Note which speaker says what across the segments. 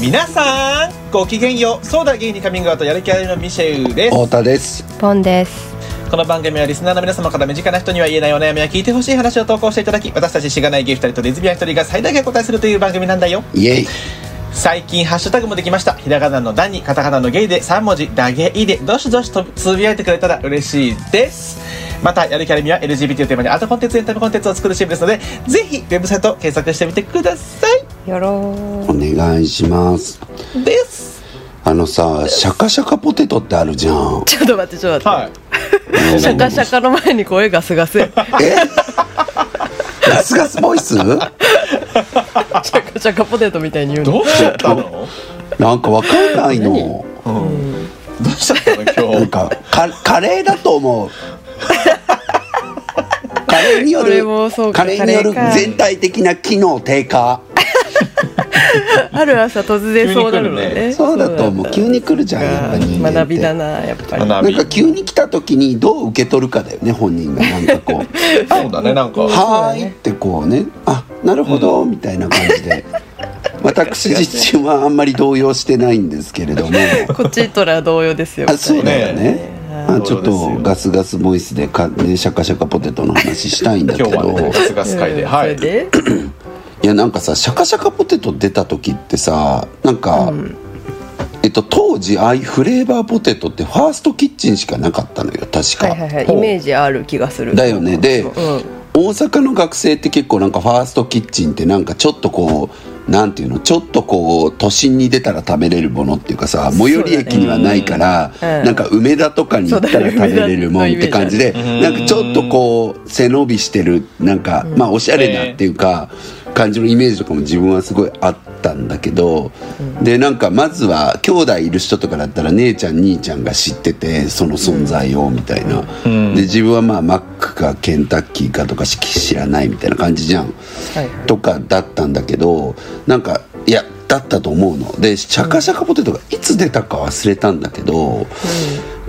Speaker 1: 皆さんごきげんようソーダゲイにカミングアウトやる気ありのミシェウです
Speaker 2: 太田です
Speaker 3: ポンです。
Speaker 1: この番組はリスナーの皆様から身近な人には言えないお悩みや聞いてほしい話を投稿していただき私たちしがないゲイ2人とレズビアン1人が最大限お答えするという番組なんだよ
Speaker 2: イエイ
Speaker 1: 最近ハッシュタグもできましたひらがなの「ダ」にカタカナの「ゲイ」で3文字「ダゲイ」でどしどしとつぶやいてくれたら嬉しいですまたやる気あるみは LGBT をテーマにアートコンテンツエンタメコンテンツを作るチームですのでぜひウェブサイト検索してみてください
Speaker 3: よろー
Speaker 2: お願いします
Speaker 1: です
Speaker 2: あのさシャカシャカポテトってあるじゃん
Speaker 3: ちょっと待って、ちょっと
Speaker 1: は
Speaker 3: 待
Speaker 1: い
Speaker 3: って。 シャカシャカの前に声ガスガス。シャ
Speaker 2: えガスガスボイスな
Speaker 3: カシャカポテトみたいに言うの。
Speaker 1: うしちゃったの
Speaker 2: んかわかんないの
Speaker 1: どうしちゃったの
Speaker 2: な
Speaker 1: 今
Speaker 2: ん
Speaker 1: 日
Speaker 2: かカカレーだと思うカレーによ
Speaker 3: それ
Speaker 2: る
Speaker 3: もそうか
Speaker 2: カレーによる
Speaker 3: カレーか
Speaker 2: 全体的な機能低下
Speaker 3: ある朝突然そうなるの
Speaker 1: 急に来る
Speaker 3: ね。
Speaker 2: そうだと思う急に来るじゃんやっぱ人間って
Speaker 3: 学びだな、やっぱり。
Speaker 2: なんか急に来た時にどう受け取るかだよね本人がなんか こう
Speaker 1: そうだねなんか
Speaker 2: はーいってこうねあなるほどみたいな感 じで、私自身はあんまり動揺してないんですけれども
Speaker 3: こっちとら同様ですよ。
Speaker 2: あそうだよねあちょ
Speaker 1: そうです
Speaker 2: っと
Speaker 1: よ
Speaker 2: ガスガスボイスでか、ね、シャカシャカポテトの話したいんだけ
Speaker 1: 今日はね
Speaker 2: ど
Speaker 1: ガスガス会で、
Speaker 3: うん
Speaker 1: は
Speaker 3: それ
Speaker 1: い
Speaker 3: で
Speaker 2: いやなんかさシャカシャカポテト出た時ってさなんか、えっと、当時ああいうフレーバーポテトってファーストキッチンしかなかったのよ確か、
Speaker 3: はいはいはい。イメージある気がする。
Speaker 2: だよねで、
Speaker 3: うん。
Speaker 2: 大阪の学生って結構なんかファーストキッチンってなんかちょっとこうなんていうのちょっとこう都心に出たら食べれるものっていうかさ最寄り駅にはないから、
Speaker 3: うん
Speaker 2: なんか梅田とかに行ったら食べれるもんって感じで
Speaker 1: うん
Speaker 2: なんかちょっとこう背伸びしてるなんか、まあおしゃれなっていうか、感じのイメージとかも自分はすごいあったんだけど、でなんかまずは兄弟いる人とかだったら姉ちゃん兄ちゃんが知っててその存在をみたいな。
Speaker 1: うん
Speaker 2: で自分はまあマックかケンタッキーかとかし知らないみたいな感じじゃん、
Speaker 3: はい
Speaker 2: とかだったんだけどなんかいやだったと思うのでシャカシャカポテトがいつ出たか忘れたんだけど、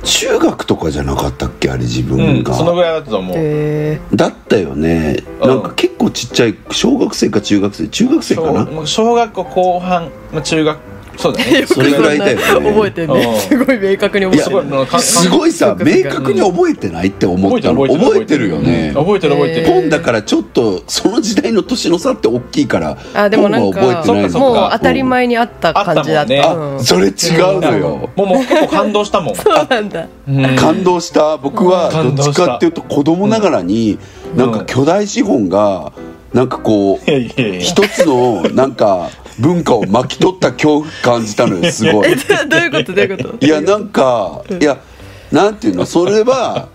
Speaker 2: 中学とかじゃなかったっけあれ自
Speaker 1: う
Speaker 2: 分
Speaker 1: ん
Speaker 2: が、
Speaker 1: そのぐらいだったと思う
Speaker 3: えー
Speaker 2: だったよね
Speaker 1: うん
Speaker 2: なんか結構ちっちゃい小学生か中学生中学生かな
Speaker 1: 小小学校後半まあ中学そうだね
Speaker 2: それぐらいだよね
Speaker 3: そんな覚えてん
Speaker 1: うん
Speaker 3: ね。すごい明確に覚えて
Speaker 1: すごい
Speaker 3: る。
Speaker 1: のか
Speaker 2: すごいさ明確に覚えてないって思
Speaker 1: 覚
Speaker 2: っ
Speaker 1: えて
Speaker 2: た
Speaker 1: る
Speaker 2: の覚えてるよね、
Speaker 1: うん覚えてる覚えてる
Speaker 2: ポ
Speaker 3: え
Speaker 2: ンだからちょっとその時代の年の差って大きいから
Speaker 3: あ、でもなん
Speaker 2: ポンは覚え
Speaker 3: か、
Speaker 2: てないの
Speaker 3: もう当たり前にあった感じだっ
Speaker 1: あった
Speaker 3: た。
Speaker 1: も
Speaker 3: うん
Speaker 2: あそれ違うのよ
Speaker 1: もうもう結構感動したもん
Speaker 3: そうなんだ。
Speaker 2: 感動した僕は
Speaker 1: 感動
Speaker 2: どっ
Speaker 1: し
Speaker 2: ち
Speaker 1: た
Speaker 2: かっていうと子供ながらになんか巨大資本がなんかこう
Speaker 1: いやいやいや
Speaker 2: 一つのなんか文化を巻き取った恐怖感じたのよす ごい
Speaker 3: どういうことどういうこと
Speaker 2: いやなんかいやなんていうのそれは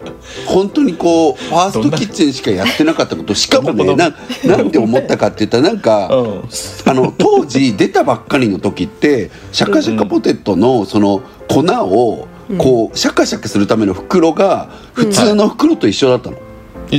Speaker 2: 本当にこうファーストキッチンしかやってなかったことしかもね
Speaker 1: どんな
Speaker 2: ななんて思ったかって言ったらなんか、
Speaker 1: うん
Speaker 2: あの当時出たばっかりの時ってシャカシャカポテトのその粉をこうシャカシャカするための袋が普通の袋と一緒だったの。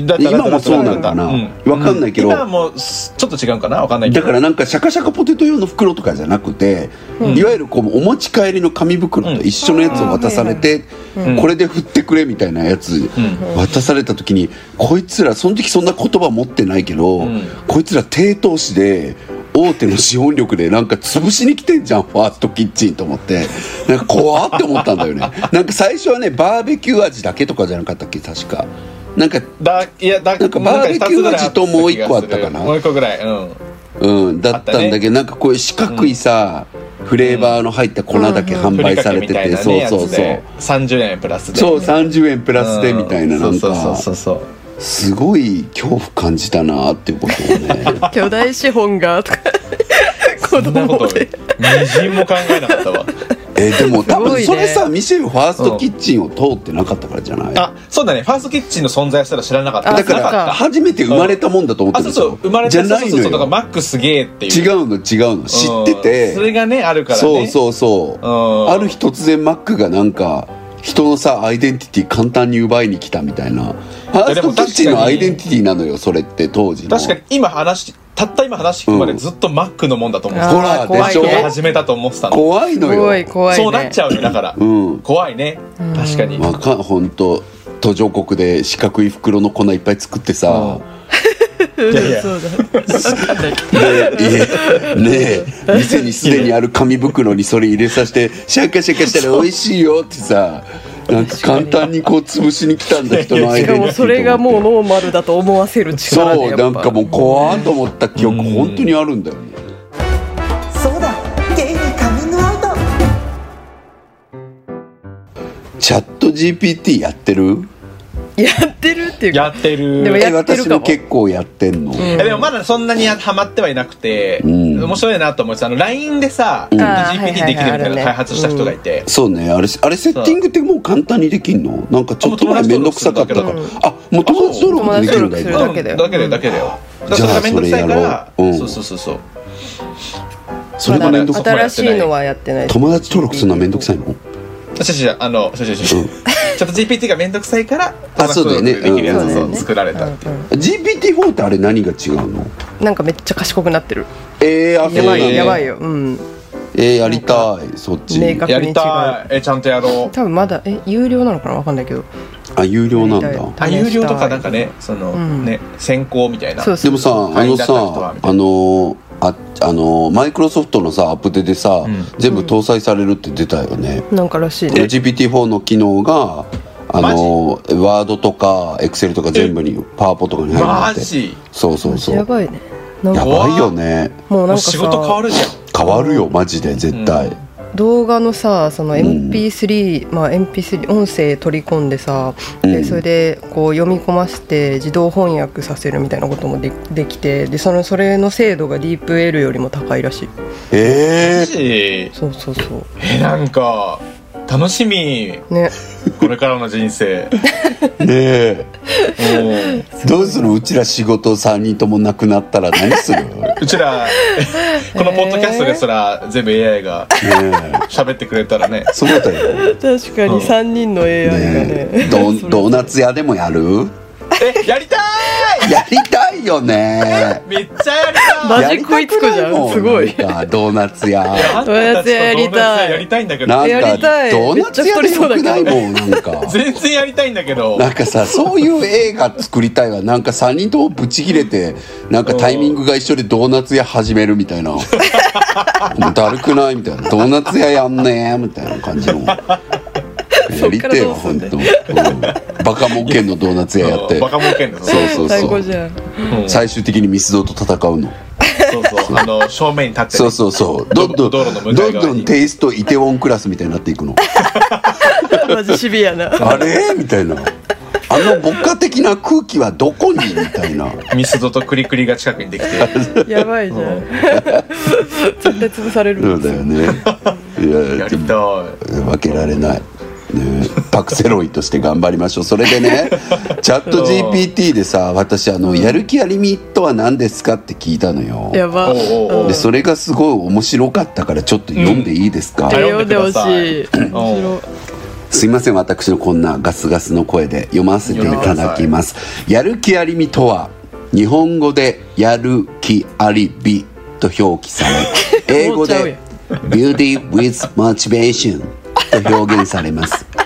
Speaker 1: だ
Speaker 2: で今もそうなんかな
Speaker 1: う
Speaker 2: わかんないけど
Speaker 1: 今はもうすちょっと違うかなわかんないけ
Speaker 2: だ
Speaker 1: ど
Speaker 2: からなんかシャカシャカポテト用の袋とかじゃなくて、いわゆるこうお持ち帰りの紙袋と一緒のやつを渡されて、
Speaker 1: ん
Speaker 2: これで振ってくれみたいなやつ渡された時に、こいつらその時そんな言葉持ってないけど、
Speaker 1: ん
Speaker 2: こいつら低投資で大手の資本力でなんか潰しに来てんじゃんファーストキッチンと思ってなんか怖って思ったんだよねなんか最初はねバーベキュー味だけとかじゃなかったっけ確かなんか
Speaker 1: だいやだ
Speaker 2: なんかバーベキュー
Speaker 1: なんか二つぐらい
Speaker 2: 味ともう一個あったかな
Speaker 1: 気がするもう一個ぐらいうん
Speaker 2: うん、だったんだ
Speaker 1: あった
Speaker 2: けど、なんかこういう四角いさ、フレーバーの入った粉だけ販売されてて、そうそうそう
Speaker 1: 三十円プラスで
Speaker 2: そう
Speaker 1: プ
Speaker 2: 30円プラスでみたいななん
Speaker 1: そうそうそ
Speaker 2: か
Speaker 1: うそう
Speaker 2: すごい恐怖感じたなっていうことを ね
Speaker 3: 巨大資本がとか子
Speaker 1: そんなこ
Speaker 3: 供
Speaker 1: と
Speaker 3: で
Speaker 1: みじんも考えなかったわ
Speaker 2: えーでも多
Speaker 3: すご
Speaker 2: 分
Speaker 3: いね
Speaker 2: それさ、ミシェルファーストキッチンを通ってなかったからじゃない
Speaker 1: あそうだねファーストキッチンの存在したら知らなかった
Speaker 3: あ
Speaker 2: だか
Speaker 3: そっ
Speaker 2: ら
Speaker 3: か
Speaker 2: 初めて生まれたもんだと思っ
Speaker 1: あ
Speaker 2: て
Speaker 1: そう
Speaker 2: る
Speaker 1: そう生まれ
Speaker 2: じゃ
Speaker 1: た
Speaker 2: ない
Speaker 1: そうそうそうとか
Speaker 2: のよ
Speaker 1: マックすげえっていう
Speaker 2: 違うの違うの知って
Speaker 1: うん
Speaker 2: て
Speaker 1: それがねあるからね
Speaker 2: そうそうそう、
Speaker 1: うん
Speaker 2: ある日突然マックがなんか人のさアイデンティティ簡単に奪いに来たみたいなファー
Speaker 1: やで
Speaker 2: スト
Speaker 1: も確かに
Speaker 2: キッチンのアイデンティティなのよそれって当時の
Speaker 1: 確かに今話したった今話聞くまで
Speaker 2: うん
Speaker 1: ずっとマックのもんだと思って
Speaker 2: ほ
Speaker 1: た、
Speaker 2: ら
Speaker 3: あー怖い
Speaker 2: でしょ
Speaker 1: 人が
Speaker 3: ね
Speaker 1: 始めたと思ってたの
Speaker 2: 怖いの
Speaker 3: 怖い
Speaker 2: よ
Speaker 3: 怖いね
Speaker 1: そうなっちゃうよだから、
Speaker 2: うん
Speaker 1: 怖いね確かに、
Speaker 2: わかんほんと途上国で四角い袋の粉いっぱい作ってさ、
Speaker 1: いやいや
Speaker 3: そうだ。わかんない
Speaker 2: えねえ店にすでにある紙袋にそれ入れさせてシャカシャカしたら美味しいよってさなんか簡単にこう潰しに来たんだ人の
Speaker 1: い
Speaker 3: し
Speaker 2: 間
Speaker 3: か
Speaker 2: に
Speaker 3: もそれがもうノーマルだと思わせる力で
Speaker 2: そう
Speaker 3: やっ
Speaker 2: な
Speaker 3: ぱ
Speaker 2: んかもう怖ーと思った記憶
Speaker 1: うん
Speaker 2: 本当にあるんだよね
Speaker 4: そうだゲイにカミングアウト
Speaker 2: チャット GPT やってる
Speaker 3: やってるっていう
Speaker 1: や
Speaker 3: か
Speaker 1: ってる
Speaker 3: でもや
Speaker 2: え
Speaker 3: って
Speaker 2: 私
Speaker 3: るかも
Speaker 2: も結構やってんの、
Speaker 1: えでもまだそんなにハマってはいなくて、
Speaker 2: うん
Speaker 1: 面白いなと思ってたあの LINE でさ、
Speaker 2: ん
Speaker 3: あー
Speaker 1: GPT できるみた
Speaker 3: は
Speaker 1: い
Speaker 3: いはいはいあ
Speaker 1: な
Speaker 3: るね
Speaker 1: 開発した人がいて、
Speaker 2: そうねあれあれセッティングってもう簡単にできんのなんかちょっと前めんどくさかったから、
Speaker 3: うん
Speaker 2: あもう友達登録もできるんだ
Speaker 3: 友達登録す
Speaker 1: う
Speaker 3: る
Speaker 1: ん
Speaker 2: 今
Speaker 3: だけだよ
Speaker 1: だけだよだけだよだ
Speaker 2: じ
Speaker 1: か
Speaker 2: ゃあ
Speaker 1: ら面倒くさいから
Speaker 2: それやろううん
Speaker 1: そうそうそうそう
Speaker 2: それがめんどく
Speaker 1: ま
Speaker 2: さ
Speaker 1: だ
Speaker 3: 新しいのはやってない
Speaker 2: 友達登録するのはめんどくさいの
Speaker 1: 違う違うあの違う違う違うちょ
Speaker 2: うん
Speaker 1: っと GPT が面倒くさいから
Speaker 2: あそうだよね
Speaker 1: できるや
Speaker 2: うん
Speaker 1: つ
Speaker 2: そうだよ
Speaker 1: を
Speaker 2: ね
Speaker 1: 作られたっていう
Speaker 3: うん
Speaker 2: GPT4 ってあれ何が違うの
Speaker 3: うんなんかめっちゃ賢くなってる
Speaker 2: えー、あそう
Speaker 3: や
Speaker 2: な
Speaker 3: ば
Speaker 2: んだ
Speaker 3: いよ
Speaker 1: えー
Speaker 3: やばいようん
Speaker 2: えー、やりたいそっち
Speaker 3: 明確
Speaker 1: や
Speaker 3: に違
Speaker 1: り
Speaker 3: う
Speaker 1: たいえちゃんとやろう
Speaker 3: 多分まだえ有料なのかなわかんないけど
Speaker 2: あ有料なんだ
Speaker 3: やりた
Speaker 1: あ
Speaker 3: 試したい
Speaker 1: 有料とかなんかねその、
Speaker 3: ん
Speaker 1: ね先行みたいな
Speaker 3: そうそう
Speaker 2: でもさあ
Speaker 1: 会員
Speaker 2: の
Speaker 1: だっ
Speaker 2: さ
Speaker 1: た人はみたいな
Speaker 2: あのああのマイクロソフトのさアップデでさ、
Speaker 1: ん
Speaker 2: 全部搭載されるって出たよね、
Speaker 3: なんからしい
Speaker 2: この
Speaker 3: ね
Speaker 2: GPT4 の機能があのワードとかエクセルとか全部にパワポとかに入るんだ
Speaker 1: マ
Speaker 2: って
Speaker 1: ジ
Speaker 2: そうそうそう
Speaker 3: や
Speaker 2: やば
Speaker 3: ばいねなんか
Speaker 2: いよね
Speaker 3: もうなんかさ
Speaker 1: 仕事変わるじゃん
Speaker 2: 変わるよマジで絶対、
Speaker 1: うん
Speaker 3: 動画のさその MP3、まあ MP3 音声取り込んでさ、
Speaker 2: う
Speaker 3: で
Speaker 2: ん
Speaker 3: それでこう読み込ませて自動翻訳させるみたいなこともでできてでそのそれの精度がディープ L よりも高いらしい
Speaker 1: マ
Speaker 2: え
Speaker 1: ジえ
Speaker 3: そうそうそう
Speaker 1: なんか楽しみ
Speaker 3: ね
Speaker 1: これからの人生うん
Speaker 2: ー、ねえどうするうちら仕事3人ともなくなったら何す るね
Speaker 1: うちらこのポッドキャストですら全部 AI が
Speaker 2: え
Speaker 1: 喋ってくれたらね
Speaker 2: そうだ よ、ね
Speaker 3: 確か
Speaker 1: うん
Speaker 3: に3人の AI がね
Speaker 2: え、ド ーンドーナツ屋でもやる
Speaker 1: えやりたーい
Speaker 2: やりたいよね
Speaker 1: めっちゃやりたい
Speaker 3: マジ食いつくじゃん
Speaker 2: やりたくないも
Speaker 3: すごい
Speaker 2: なんかドーナツ屋
Speaker 1: いやあんたたちと
Speaker 3: やりたい
Speaker 1: やりたいんだけど
Speaker 2: なんか
Speaker 3: やりたい
Speaker 2: ドーナツ屋でよくないもんなん か
Speaker 1: 全然やりたいんだけど
Speaker 2: なんかさそういう映画作りたいわなんか3人ともブチ切れてなんかタイミングが一緒でドーナツ屋始めるみたいなもうだるくないみたいなドーナツ屋やんねーみたいな感じ のやりてえわ
Speaker 3: そ
Speaker 2: ほ
Speaker 3: っ
Speaker 2: ん
Speaker 3: から
Speaker 2: と、うんバカ儲けんのドーナツ屋や って
Speaker 1: バカ儲けんだ
Speaker 2: そうそう
Speaker 3: 最
Speaker 2: そ
Speaker 3: 高
Speaker 2: う
Speaker 3: じゃん
Speaker 1: うんそう
Speaker 2: 最終的にミスドと戦うの
Speaker 1: そうあの正面に立ってね
Speaker 2: そうそう そうどんどん
Speaker 1: 道路
Speaker 2: ど
Speaker 1: の向
Speaker 2: ん
Speaker 1: かい側に
Speaker 2: どんテイストイテウォンクラスみたいになって いくの
Speaker 3: マジシビアな
Speaker 2: あれみたいなあの牧歌的な空気はどこにみたいな
Speaker 1: ミスドとクリクリが近くにできて
Speaker 3: やばいじゃん絶対潰され
Speaker 2: そう
Speaker 3: る
Speaker 2: だ よねいや
Speaker 1: やりたい
Speaker 2: 負けられない、ね、パクセロイとして頑張りましょうそれ でねチャット GPT でさ私あの「やる気ありみとは何ですか?」って聞いたのよ
Speaker 3: やば
Speaker 1: おうおうおう
Speaker 3: うん
Speaker 2: でそれがすごい面白かったからちょっと読んでいいですか、
Speaker 1: うんはい
Speaker 3: 読んでほしい
Speaker 1: 読んでください
Speaker 3: 面白い
Speaker 2: すいません私のこんなガスガスの声で読ませていただきますやる気ありみとは日本語でやる気ありみと表記さ れ英語
Speaker 3: もうちゃうや
Speaker 2: で beauty with motivation と表現されますこ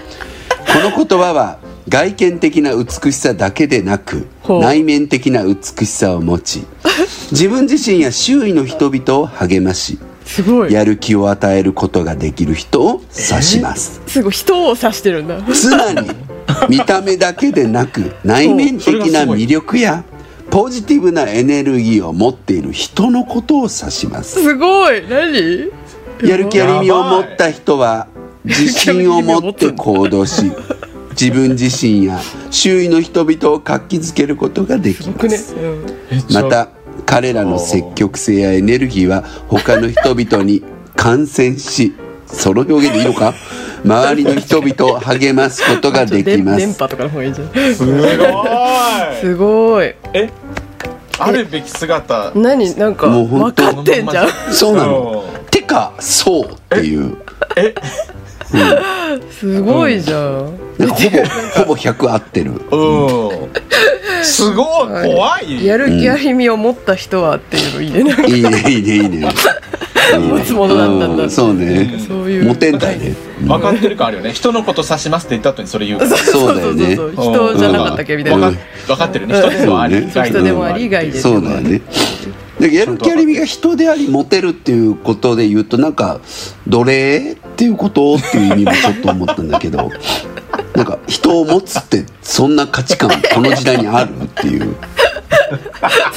Speaker 2: の言葉は外見的な美しさだけでなく
Speaker 3: ほう
Speaker 2: 内面的な美しさを持ち自分自身や周囲の人々を励まし
Speaker 3: すごい
Speaker 2: やる気を与えることができる人を指します
Speaker 3: すごい人を指してるんだ
Speaker 2: つまり見た目だけでなく内面的な魅力やポジティブなエネルギーを持っている人のことを指します
Speaker 3: すごい何
Speaker 2: やる気ありみを持った人は自信を持って行動し自分自身や周囲の人々を活気づけることができ
Speaker 3: く
Speaker 2: ま
Speaker 3: ね
Speaker 2: す
Speaker 3: うん
Speaker 2: また彼らの積極性やエネルギーは他の人々に感染しその表現でいいのか周りの人々を励ますことができま
Speaker 3: 電
Speaker 2: す
Speaker 3: 波とかの方がいいじゃん
Speaker 1: すごい
Speaker 3: すごい
Speaker 1: えあるべき姿
Speaker 3: 何なんか
Speaker 2: もう本
Speaker 3: 分
Speaker 2: 当
Speaker 3: かってんじゃん
Speaker 2: そうなの
Speaker 1: う。
Speaker 2: てかそうっていう
Speaker 3: すごいじゃん
Speaker 2: なんかほぼほぼ100合ってる。
Speaker 1: うん。すごい怖い。
Speaker 3: やる気ありみを持った人はっていうのいいね
Speaker 2: いいねいいねいいね。
Speaker 3: 持つものだったんだ
Speaker 2: うそうね
Speaker 3: そういう
Speaker 2: モテんだね
Speaker 1: 分かってる感あるよね人のこと指しますって言った後にそれ言う
Speaker 2: そうだよね
Speaker 3: そうそうそうそう人じゃなかったっけみたい
Speaker 1: 分
Speaker 3: な、
Speaker 1: か
Speaker 2: う
Speaker 1: っ
Speaker 2: ん
Speaker 1: 分かってるね人でもあり
Speaker 2: うん
Speaker 1: 外
Speaker 3: 人でもあり外で
Speaker 2: そうだよねでやる気ありみが人でありモテるっていうことで言うとなんか奴隷っていうことっていう意味もちょっと思ったんだけどなんか人を持つってそんな価値観この時代にあるっていう、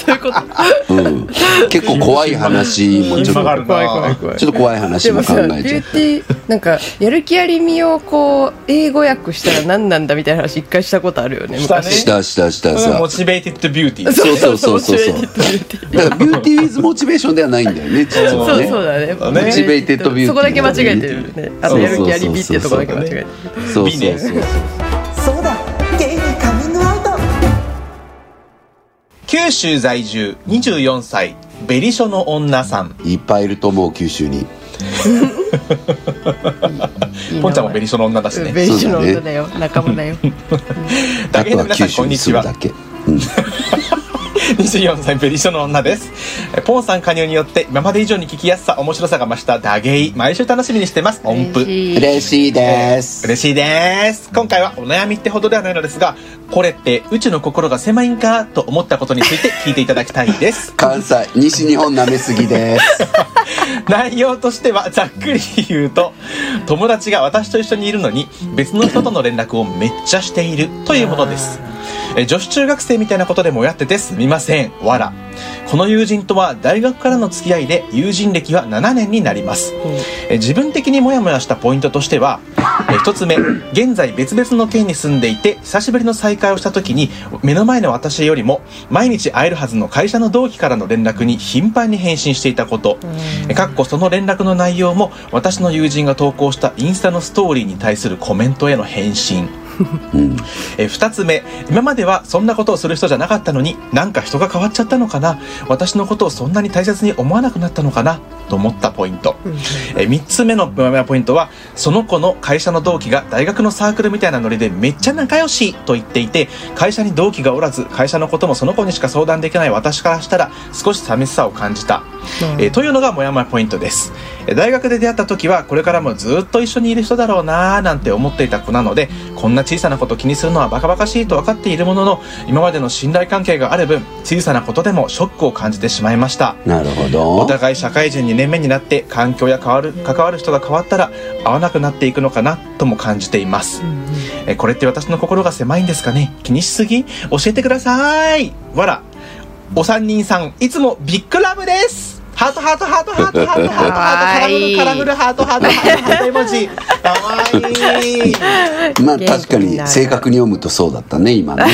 Speaker 3: そういうこと
Speaker 2: うん、結構怖い話もちょ
Speaker 1: 品間があ
Speaker 2: っと
Speaker 1: る
Speaker 3: 怖い怖い
Speaker 1: な
Speaker 3: 怖い
Speaker 2: ちょっと怖い話
Speaker 3: で
Speaker 2: も
Speaker 3: も
Speaker 2: 考
Speaker 3: さ
Speaker 2: えちゃ
Speaker 3: ビ
Speaker 2: っ
Speaker 3: ューティーなんかやる気ありみをこう英語訳したら何なんだみたいな話一回したことあるよね
Speaker 1: したね
Speaker 2: たしたしたした
Speaker 1: それは
Speaker 2: さ
Speaker 1: モチベーティッドビューティー
Speaker 2: そうそうそうそう
Speaker 3: 面
Speaker 2: そう
Speaker 3: 白いねビューティー
Speaker 2: だからビューティー・ウィズ・モチベーションではないんだよね実
Speaker 1: そう
Speaker 2: は
Speaker 3: そう
Speaker 2: ね
Speaker 3: そうだね
Speaker 1: そうね
Speaker 3: モチベーテッドビ
Speaker 2: そ
Speaker 3: ューティーそうこだけ間違えてるよねあ
Speaker 1: そ
Speaker 3: の
Speaker 1: う
Speaker 3: やる気ありみっていうとこだけ間違えてる
Speaker 2: そうそうそうそう
Speaker 4: そうだゲイにカミングアウト
Speaker 1: 九州在住24歳ベリショの女さん
Speaker 2: いっぱいいると思う九州に
Speaker 1: ポンちゃんもベリショの女だし
Speaker 3: うん
Speaker 1: ね
Speaker 3: ベリシュの女だよ仲間だよ
Speaker 1: だ
Speaker 2: あ
Speaker 1: け
Speaker 2: と
Speaker 1: の
Speaker 2: は
Speaker 1: 皆さん
Speaker 2: 九
Speaker 1: こ
Speaker 2: 州
Speaker 1: ん
Speaker 2: に
Speaker 1: にち
Speaker 2: 住む
Speaker 1: は
Speaker 2: だけ
Speaker 1: 24歳ベリショの女ですえポンさん加入によって今まで以上に聞きやすさ面白さが増したダゲイ毎週楽しみにしてます音符
Speaker 3: 嬉しい
Speaker 2: 嬉しいです
Speaker 1: 嬉しいです今回はお悩みってほどではないのですがこれって宇宙の心が狭いんかと思ったことについて聞いていただきたいです
Speaker 2: 関西西日本なめす ぎです
Speaker 1: 内容としてはざっくり言うと友達が私と一緒にいるのに別の人との連絡をめっちゃしているというものですえ女子中学生みたいなことでもやっててすみませんわらこの友人とは大学からの付き合いで友人歴は7年になりますえ自分的にモヤモヤしたポイントとしてはえ一つ目現在別々の県に住んでいて久しぶりの再会をした時に目の前の私よりも毎日会えるはずの会社の同期からの連絡に頻繁に返信していたことえかっこその連絡の内容も私の友人が投稿したインスタのストーリーに対するコメントへの返信
Speaker 2: うん
Speaker 1: えー二つ目今まではそんなことをする人じゃなかったのになんか人が変わっちゃったのかな私のことをそんなに大切に思わなくなったのかなと思ったポイント、えー三つ目のモヤモヤポイントはその子の会社の同期が大学のサークルみたいなノリでめっちゃ仲良しと言っていて会社に同期がおらず会社のこともその子にしか相談できない私からしたら少し寂しさを感じたえーというのがモヤモヤポイントです、えー大学で出会った時はこれからもずっと一緒にいる人だろうなーなんて思っていた子なのでこんな小さなこと気にするのはバカバカしいと分かっているものの今までの信頼関係がある分小さなことでもショックを感じてしまいました
Speaker 2: なるほ
Speaker 1: お
Speaker 2: ど
Speaker 1: 互い社会人2年目になって環境や変わる関わる人が変わったら会わなくなっていくのかなとも感じています、えーこれって私の心が狭いんですかね気にしすぎ教えてくださいわらお三人さんいつもビッグラブですハートハートハートハートハートハ
Speaker 3: かわ
Speaker 1: ー
Speaker 3: いい
Speaker 1: トカラフルハートカラフルハートハートハート絵文字かわいい
Speaker 2: まあ確かに正確に読むとそうだったね今 ね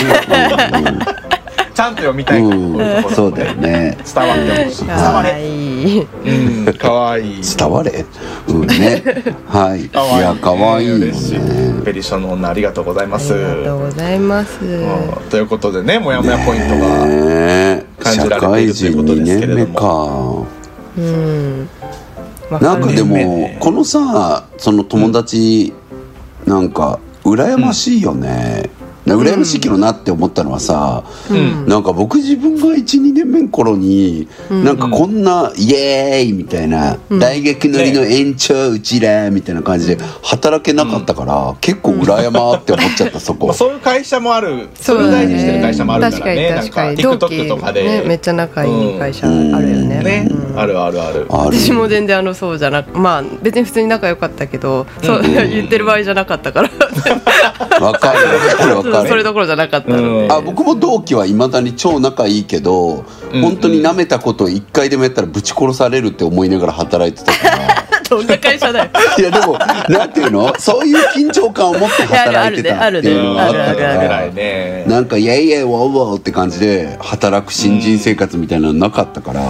Speaker 1: ちゃんと読み
Speaker 2: う
Speaker 1: たいから
Speaker 2: ん
Speaker 1: こういうとこ
Speaker 2: うん
Speaker 1: ろ
Speaker 2: そうだよね
Speaker 1: 伝わってほしい伝わ
Speaker 3: か
Speaker 1: れ
Speaker 3: わいい
Speaker 1: うんかわいい
Speaker 2: 伝われう んねはいい
Speaker 1: かわ
Speaker 2: や可愛いよね
Speaker 1: 嬉しいペリションの女ありがとうございま
Speaker 3: あ
Speaker 1: す
Speaker 3: りがとうございます
Speaker 1: うんということでねもやもやポイントが、
Speaker 2: ねえ
Speaker 1: 感じ
Speaker 2: 社
Speaker 1: られている
Speaker 2: 会
Speaker 1: という
Speaker 2: 人
Speaker 1: こと
Speaker 2: 2
Speaker 1: ですけれ
Speaker 2: 年
Speaker 1: ど
Speaker 2: 目
Speaker 1: も
Speaker 2: か
Speaker 3: うんわ
Speaker 2: なん
Speaker 3: る
Speaker 2: かで
Speaker 1: 二年目
Speaker 2: も
Speaker 1: ね
Speaker 2: このさその友達なんか羨ましいよね、な羨ましいけどなって思ったのはさ、
Speaker 1: うん
Speaker 2: なんか僕自分が12年目の頃に、なんかこんなイエーイみたいな、大学乗りの延長うちらみたいな感じで働けなかったから、結構羨まって思っちゃったそこ、
Speaker 1: まあ、そういう会社もあるそ
Speaker 3: そう
Speaker 1: れを
Speaker 3: だ
Speaker 1: 大事
Speaker 3: ね
Speaker 1: にしてる会社もあるからね
Speaker 3: 確かに
Speaker 1: な
Speaker 3: 確
Speaker 1: んか
Speaker 3: かに
Speaker 1: TikTok とか
Speaker 3: 同期
Speaker 1: で、
Speaker 3: ねめっちゃ仲いい会社あるよね,、
Speaker 1: ね、
Speaker 3: うん
Speaker 1: あるあるある
Speaker 2: ある
Speaker 3: 私も全然あのそうじゃなくまあ別に普通に仲良かったけど、そう 言ってる場合じゃなかった から
Speaker 2: わかる わかるわか
Speaker 3: それ
Speaker 2: る
Speaker 3: どころじゃなかったので、
Speaker 2: あ僕も同期はいまだに超仲いいけど、
Speaker 1: うん
Speaker 2: 本当に舐めたことを一回でもやったらぶち殺されるって思いながら働いてた から。
Speaker 3: どんな会社だよ
Speaker 2: いやでもなんていうのそういう緊張感を持って働いてたっていうのがあった
Speaker 3: ある
Speaker 2: か
Speaker 3: ある
Speaker 1: ぐらい
Speaker 2: ら
Speaker 1: ね
Speaker 2: なんか「イエイイエイワオワオ」って感じで働く新人生活みたいなのなかったから、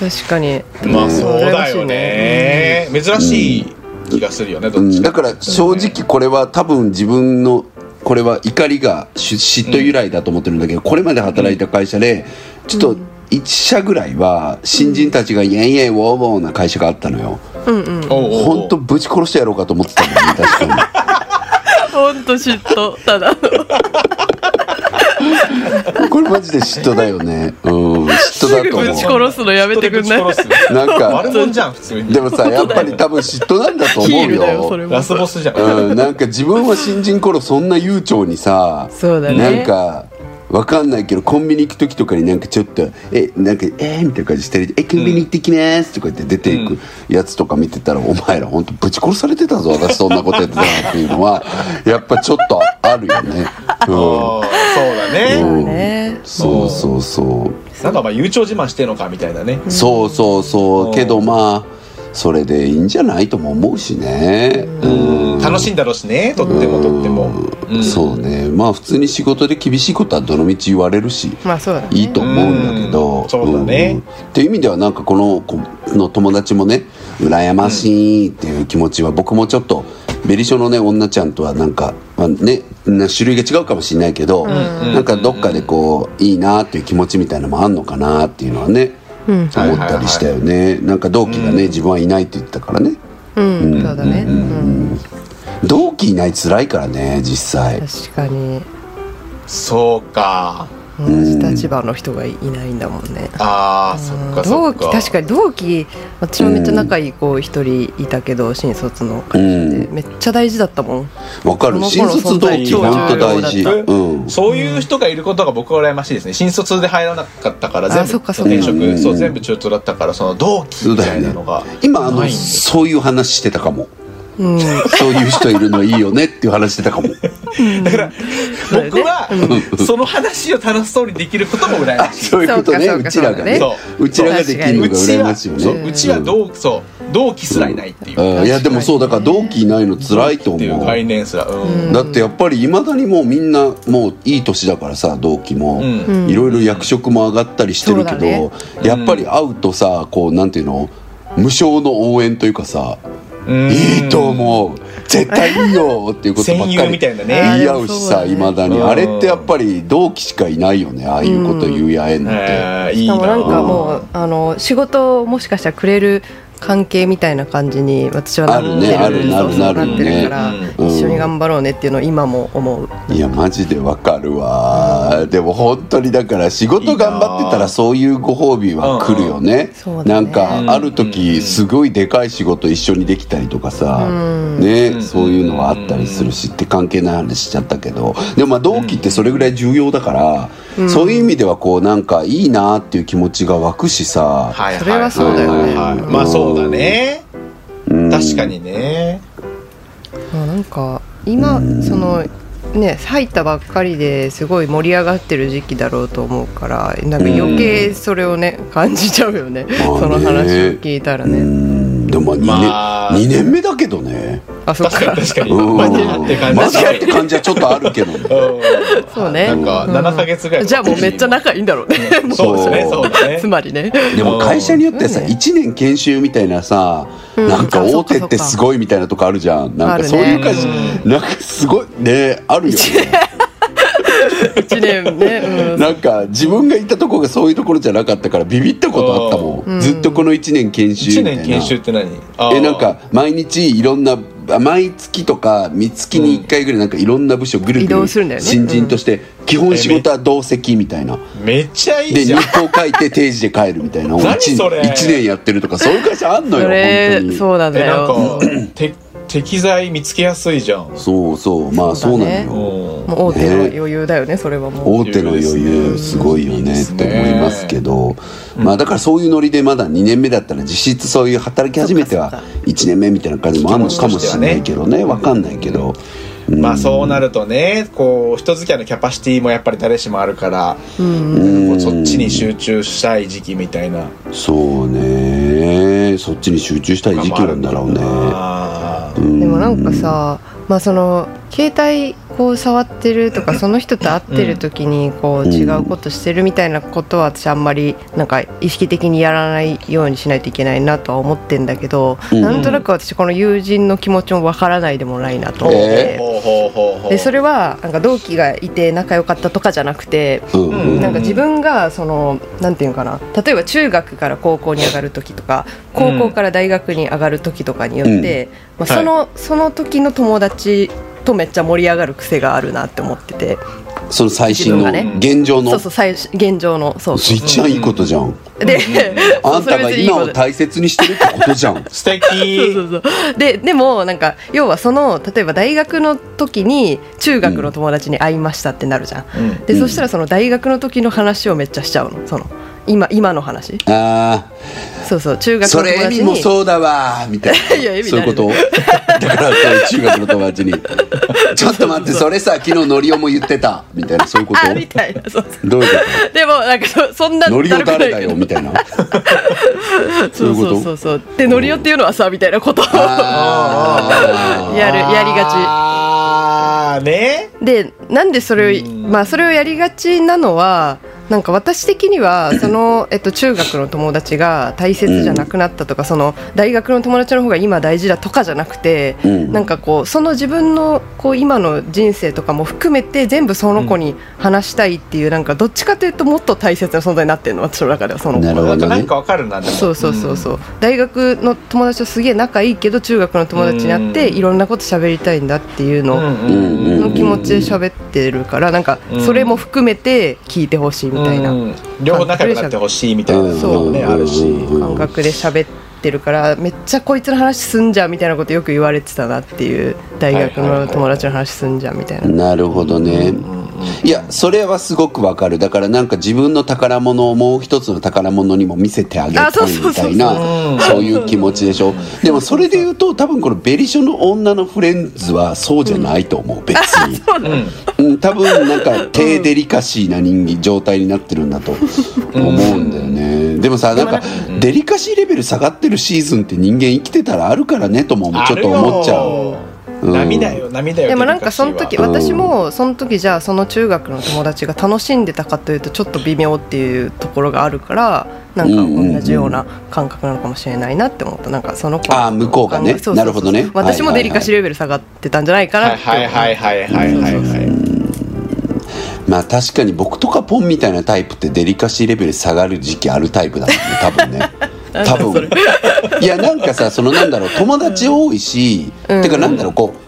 Speaker 3: 確かに
Speaker 1: まあそうだよね珍しい気がするよねど
Speaker 2: う
Speaker 1: っ
Speaker 2: ん
Speaker 1: ち
Speaker 2: だ
Speaker 1: か
Speaker 2: から正直これは多分自分のこれは怒りがし嫉妬由来だと思ってるんだけど、これまで働いた会社でちょっと1社ぐらいは新人たちが「イエイイエイワオワオ」な会社があったのよ
Speaker 3: うんうん
Speaker 1: おうおうおう
Speaker 2: 本当ぶち殺してやろうかと思ってたもんね確かに。
Speaker 3: ほんと嫉妬ただの
Speaker 2: これマジで嫉妬だよねうん嫉妬だと
Speaker 3: ぶ
Speaker 2: 思
Speaker 3: ち
Speaker 2: う
Speaker 3: 殺すのやめてくんない
Speaker 1: 人でぶち殺す
Speaker 2: なん
Speaker 1: 悪
Speaker 2: か
Speaker 1: 者じゃん普通に
Speaker 2: でもさやっぱり多分嫉妬なんだと
Speaker 3: ヒ
Speaker 2: 思
Speaker 3: ー
Speaker 2: う
Speaker 3: ルだよそ
Speaker 2: よ
Speaker 3: れも
Speaker 1: ラスボスじゃん、
Speaker 2: うん、なんか自分は新人頃そんな悠長にさ
Speaker 3: そうだね
Speaker 2: なんかわかんないけどコンビニ行く時とかになんかちょっと「えなんかえー、みたいな感じしてる「えコンビニ行ってきます」とか言って出ていくやつとか見てたら、お前ら本当ぶち殺されてたぞ私そんなことやってたなっていうのはやっぱちょっとあるよね。
Speaker 1: おーそうだ
Speaker 2: う
Speaker 1: ね
Speaker 2: ん、
Speaker 3: ね
Speaker 2: そうそうそう
Speaker 1: なんかまあ悠長自慢してんのかみたいなね
Speaker 2: そうそうそうけどまあそれでいいんじゃないとも思うしね。うん
Speaker 1: 楽しいんだろうしねとってもとっても、うん
Speaker 2: そうねまあ普通に仕事で厳しいことはどの道言われるし、
Speaker 3: まあそうだね
Speaker 2: いいと思うんだけど、
Speaker 1: うんそうだね
Speaker 2: うんっていう意味ではなんかこの子の友達もね羨ましいっていう気持ちは僕もちょっとベリショのね女ちゃんとはなんか、まあ、ねな種類が違うかもしれないけど、なんかどっかでこういいなっていう気持ちみたいなのもあんのかなっていうのはね、思ったりしたよね、なんか同期がね、自分はいないって言ってたからね
Speaker 3: うんそうだねうん
Speaker 2: 同期いない辛いからね実際
Speaker 3: 確かに
Speaker 1: そうか
Speaker 3: 同じ立場の人がいないんだもんね
Speaker 1: あーそっかそ
Speaker 3: 同
Speaker 1: っ
Speaker 3: 期
Speaker 1: か
Speaker 3: 確かに同期私もめっちゃ仲いい子一人いたけど新卒の会社で
Speaker 2: う
Speaker 3: めっちゃ大事だったもん
Speaker 2: わかる
Speaker 3: この
Speaker 2: 新
Speaker 3: 頃
Speaker 2: 卒同期
Speaker 1: そんな
Speaker 2: 本当大
Speaker 3: に
Speaker 2: 事
Speaker 3: 重要だ
Speaker 2: うん
Speaker 1: そういう人がいることが僕は羨ましいですね新卒で入らなかったから
Speaker 3: あ
Speaker 1: 全
Speaker 3: そ
Speaker 1: 部
Speaker 3: っかそっか
Speaker 1: 転職
Speaker 2: うん
Speaker 1: そう全部中途だったからその同期
Speaker 2: そう
Speaker 1: み
Speaker 2: だ
Speaker 1: た
Speaker 2: よ
Speaker 1: い
Speaker 2: ね
Speaker 1: なのが
Speaker 2: 今あの
Speaker 1: ないんです
Speaker 2: そういう話してたかも
Speaker 3: うん
Speaker 2: そういう人いるのいいよねっていう話してた かも
Speaker 3: そうだよね
Speaker 1: 僕はその話を楽しそうにできることも羨ましい
Speaker 2: そういうことね
Speaker 3: そう
Speaker 2: う
Speaker 3: か
Speaker 2: ち
Speaker 3: そうから
Speaker 2: がね
Speaker 1: そうか
Speaker 2: うちらができるの
Speaker 1: う
Speaker 2: が
Speaker 1: ち
Speaker 2: 羨
Speaker 1: は
Speaker 2: ましいよね
Speaker 1: そううちは同そう同期すらいないっていう
Speaker 2: うんいやでもそうだから同期いないの辛いと
Speaker 1: ってい
Speaker 2: 思
Speaker 1: う
Speaker 2: う
Speaker 1: 概念すらうん
Speaker 2: だってやっぱりいまだにもうみんなもういい年だからさ同期も
Speaker 1: う
Speaker 2: いろいろ役職も上がったりしてるけ
Speaker 3: そうだね
Speaker 2: どやっぱり会うとさこうなんていうの無償の応援というかさ
Speaker 1: うん
Speaker 2: いいと思う絶対いいよっていうことばっか
Speaker 1: 戦
Speaker 2: り
Speaker 1: 友みたいなね
Speaker 2: 言い合うし
Speaker 3: あ
Speaker 2: さ
Speaker 3: ー
Speaker 2: い
Speaker 3: で
Speaker 2: ま
Speaker 3: も
Speaker 2: だに
Speaker 1: うん
Speaker 2: あれってやっぱり同期しかいないよねああいうこと言い合えんのって
Speaker 1: えーいい
Speaker 3: でもなんか
Speaker 1: な
Speaker 3: もうあの仕事をもしかしたらくれる関係みたいな感じに私はなってる
Speaker 1: あるねある
Speaker 3: そうそう
Speaker 1: なるなる
Speaker 3: なってるから、
Speaker 1: ね
Speaker 2: うん
Speaker 3: 一緒に頑張ろうねっていうのを今も思う
Speaker 2: いやマジでわかるわでも本当にだから仕事頑張って
Speaker 1: い
Speaker 2: た
Speaker 1: いな
Speaker 2: らそういうご褒美は来るよね
Speaker 3: うんうん
Speaker 2: なん
Speaker 3: そうだ
Speaker 2: か
Speaker 1: ね
Speaker 2: ある時すごいでかい仕事一緒にできたりとかさ
Speaker 3: ん
Speaker 2: ねそういうのはあったりするしって関係ない話しちゃったけどでもまあ同期ってそれぐらい重要だからそういう意味ではこうなんかいいなっていう気持ちが湧くしさ
Speaker 1: はいい
Speaker 3: それはそうだよね
Speaker 1: はいはいまあそうだね
Speaker 2: うん
Speaker 1: 確かにね
Speaker 3: まあなんか今そのね入ったばっかりですごい盛り上がってる時期だろうと思うからなんか余計それをね感じちゃうよねその話を聞いたら
Speaker 2: う
Speaker 3: ね
Speaker 2: んでもまあ2年,、
Speaker 1: まあ
Speaker 2: 二年目だけどね
Speaker 3: あそっ
Speaker 1: 確か
Speaker 3: か
Speaker 1: に確かに
Speaker 2: うん
Speaker 1: まだって感じ
Speaker 2: まだって感じはちょっとあるけどね
Speaker 1: うん
Speaker 3: そうね
Speaker 1: なんか
Speaker 3: うん
Speaker 1: 7ヶ月ぐらい
Speaker 3: じゃあもうめっちゃ仲いいんだろうね
Speaker 1: そうですね
Speaker 2: そ
Speaker 1: そううだね
Speaker 3: つまりね
Speaker 2: でも会社によってさ
Speaker 3: うん
Speaker 2: 1年研修みたいなさ
Speaker 3: うん
Speaker 2: なんか
Speaker 3: あ
Speaker 2: 大
Speaker 3: そっか
Speaker 2: 手ってすごいみたいなとこあるじゃんなん
Speaker 3: あ
Speaker 2: か
Speaker 3: るね
Speaker 2: そういう感じなんかすごいねあるよ ね
Speaker 3: 1 年ね、うん、
Speaker 2: なんか自分が行ったとこがそういうところじゃなかったからビビったことあったも
Speaker 3: うん
Speaker 2: んずっとこの1年研修
Speaker 1: 1
Speaker 2: みたいな
Speaker 1: 年研修って何あー
Speaker 2: えなんか毎日いろんなあ毎月とかみ月に1回ぐらいなんかいろんな部署ぐる
Speaker 3: 移
Speaker 2: ぐ
Speaker 3: 動
Speaker 2: る
Speaker 3: するんだよね
Speaker 2: 新人として基本仕事は同席みたいな
Speaker 1: めっちゃいい
Speaker 2: で
Speaker 1: じ
Speaker 2: 日
Speaker 1: ゃん
Speaker 2: 報書いて定時で帰るみたい な
Speaker 1: 何
Speaker 2: 一
Speaker 1: それ
Speaker 2: 1年やってるとかそういう会社あんのよ本当
Speaker 3: それ
Speaker 2: に
Speaker 3: そうなん
Speaker 1: え
Speaker 3: だ
Speaker 1: なんか
Speaker 3: よ
Speaker 1: て適材見つけやすいじゃん
Speaker 2: そうそうまあそ
Speaker 3: そうう
Speaker 2: な
Speaker 3: だ
Speaker 2: の
Speaker 3: ね
Speaker 2: よ
Speaker 1: うん
Speaker 3: もう大手の余裕だよねそれはもう
Speaker 2: 大手の余裕すごいよ
Speaker 1: いいで
Speaker 2: ねっ
Speaker 1: すね
Speaker 2: て思いますけどまあだからそういうノリでまだ2年目だったら実質そういう働き始めて
Speaker 3: そっ
Speaker 2: は
Speaker 3: か
Speaker 2: 1年目みたいな感じもあるのかもしれないけどねわかんないけど
Speaker 1: まあそうなるとねこう人付き合いのキャパシティもやっぱり誰しもあるからこうそっちに集中したい時期みたいな
Speaker 2: そうねそっちに集中したい時期なんだろうね
Speaker 1: あー
Speaker 3: でもなんかさ、まあ、その携帯こう触ってるとかその人と会ってる時にこう
Speaker 2: うん
Speaker 3: 違うことしてるみたいなことは私あんまりなんか意識的にやらないようにしないといけないなとは思ってんだけど、
Speaker 2: うん
Speaker 3: なんとなく私この友人の気持ちもわからないでもないなと
Speaker 1: ほ
Speaker 3: 思っ
Speaker 1: う
Speaker 3: て。
Speaker 2: え
Speaker 1: ほうほうほうほう
Speaker 3: でそれはなんか同期がいて仲良かったとかじゃなくて、
Speaker 2: うん
Speaker 1: うん
Speaker 3: なんか自分がそのなんていうのかな例えば中学から高校に上がる時とか高校から大学に上がる時とかによって、まあ、その、その時の友達とめっちゃ盛り上がる癖があるなって思ってて
Speaker 2: その最新の
Speaker 3: 自分がね
Speaker 2: 現状の、
Speaker 3: そうそう最初現状のそう
Speaker 2: スイッチはいいことじゃん、
Speaker 3: で、
Speaker 2: あんたが今を
Speaker 3: そうそれ別にいいこと
Speaker 2: 大切にしてるってことじ ゃん
Speaker 1: 素敵
Speaker 3: そうそうそうででもなんか要はその例えば大学の時に中学の友達に会いましたってなるじゃん、
Speaker 1: うん
Speaker 3: でそしたらその大学の時の話をめっちゃしちゃうのその今今の話
Speaker 2: あ
Speaker 3: そうそう中
Speaker 2: あ
Speaker 3: 学の
Speaker 2: そ
Speaker 3: 友
Speaker 2: れエ
Speaker 3: 達
Speaker 2: ミ
Speaker 3: に
Speaker 2: もそうだわみたいな
Speaker 3: いやエミ
Speaker 2: そういうことだからそういう中学の友達に「ちょっと待ってそれさ昨日のりおも言ってた」みたいなそういうこ
Speaker 3: あみ
Speaker 2: と
Speaker 3: たいなそうそ
Speaker 2: どういうこ
Speaker 3: うでもなんかそそんな
Speaker 2: とのりお誰だ
Speaker 3: だるく
Speaker 2: よ
Speaker 3: ない
Speaker 2: みたいな
Speaker 3: そう
Speaker 2: そういうこ
Speaker 3: そ
Speaker 2: と
Speaker 3: うそうそうでノリオっていうのはさみたいなことを
Speaker 2: あ
Speaker 3: やるやりがち
Speaker 1: あーね
Speaker 3: でなんでそれをまあそれをやりがちなのはなんか私的 にはその、えっと、中学の友達が大切じゃなくなったとか、その大学の友達の方が今大事だとかじゃなくて、
Speaker 2: うん
Speaker 3: なんかこうその自分のこう今の人生とかも含めて全部その子に話したいっていう、なんかどっちかというともっと大切な存在になってるの私の中ではその子
Speaker 2: なるほ
Speaker 1: な
Speaker 2: ど
Speaker 1: んかなん
Speaker 2: ね
Speaker 1: かわかるなでも
Speaker 3: そうそうそうそうう、大学の友達とすげえ仲いいけど中学の友達になって、
Speaker 1: うん
Speaker 3: いろんなこと喋りたいんだっていうのを、
Speaker 1: ん
Speaker 2: うんうん
Speaker 3: の気持ちで喋ってるからなんか
Speaker 1: うん
Speaker 3: それも含めて聞いてほしいみたいな
Speaker 1: うん両方仲良くなってほしいみたいなのもね
Speaker 2: うん
Speaker 1: あるし
Speaker 2: うん
Speaker 3: 感覚で喋ってるからめっちゃこいつの話すんじゃんみたいなことよく言われてたなっていう大学の友達の話すんじゃんみたいな。
Speaker 2: なるほどね、いやそれはすごくわかるだからなんか自分の宝物をもう一つの宝物にも見せてあげたい
Speaker 3: あそうそうそう
Speaker 2: みたいなそういう気持ちでしょでもそれで言うと多分この「ベリショの女のフレンズ」はそうじゃないと思う、別に、うん、多分なんか低デリカシーな人間状態になってるんだと思うんだよねでもさなんかデリカシーレベル下がってるシーズンって人間生きてたらあるからねともちょっと思っちゃう。
Speaker 1: う涙よ涙よ
Speaker 3: でもなんかその時
Speaker 1: デリカシーは
Speaker 3: 私もその時じゃあその中学の友達が楽しんでたかというとちょっと微妙っていうところがあるからなんか同じような感覚なのかもしれないなって思ったなんかその子
Speaker 2: あー向こうがね
Speaker 3: そうそうそう
Speaker 2: なるほどね
Speaker 3: 私もデリカシーレベル下がってたんじゃないかなって思
Speaker 1: はいはいはいはいはいはいはい
Speaker 2: まあ確かに僕とかポンみたいなタイプってデリカシーレベル下がる時期あるタイプだ もんね多分ね多分いやなんかさそのなんだろう友達多いし、
Speaker 3: うん
Speaker 2: てかなんだろうこう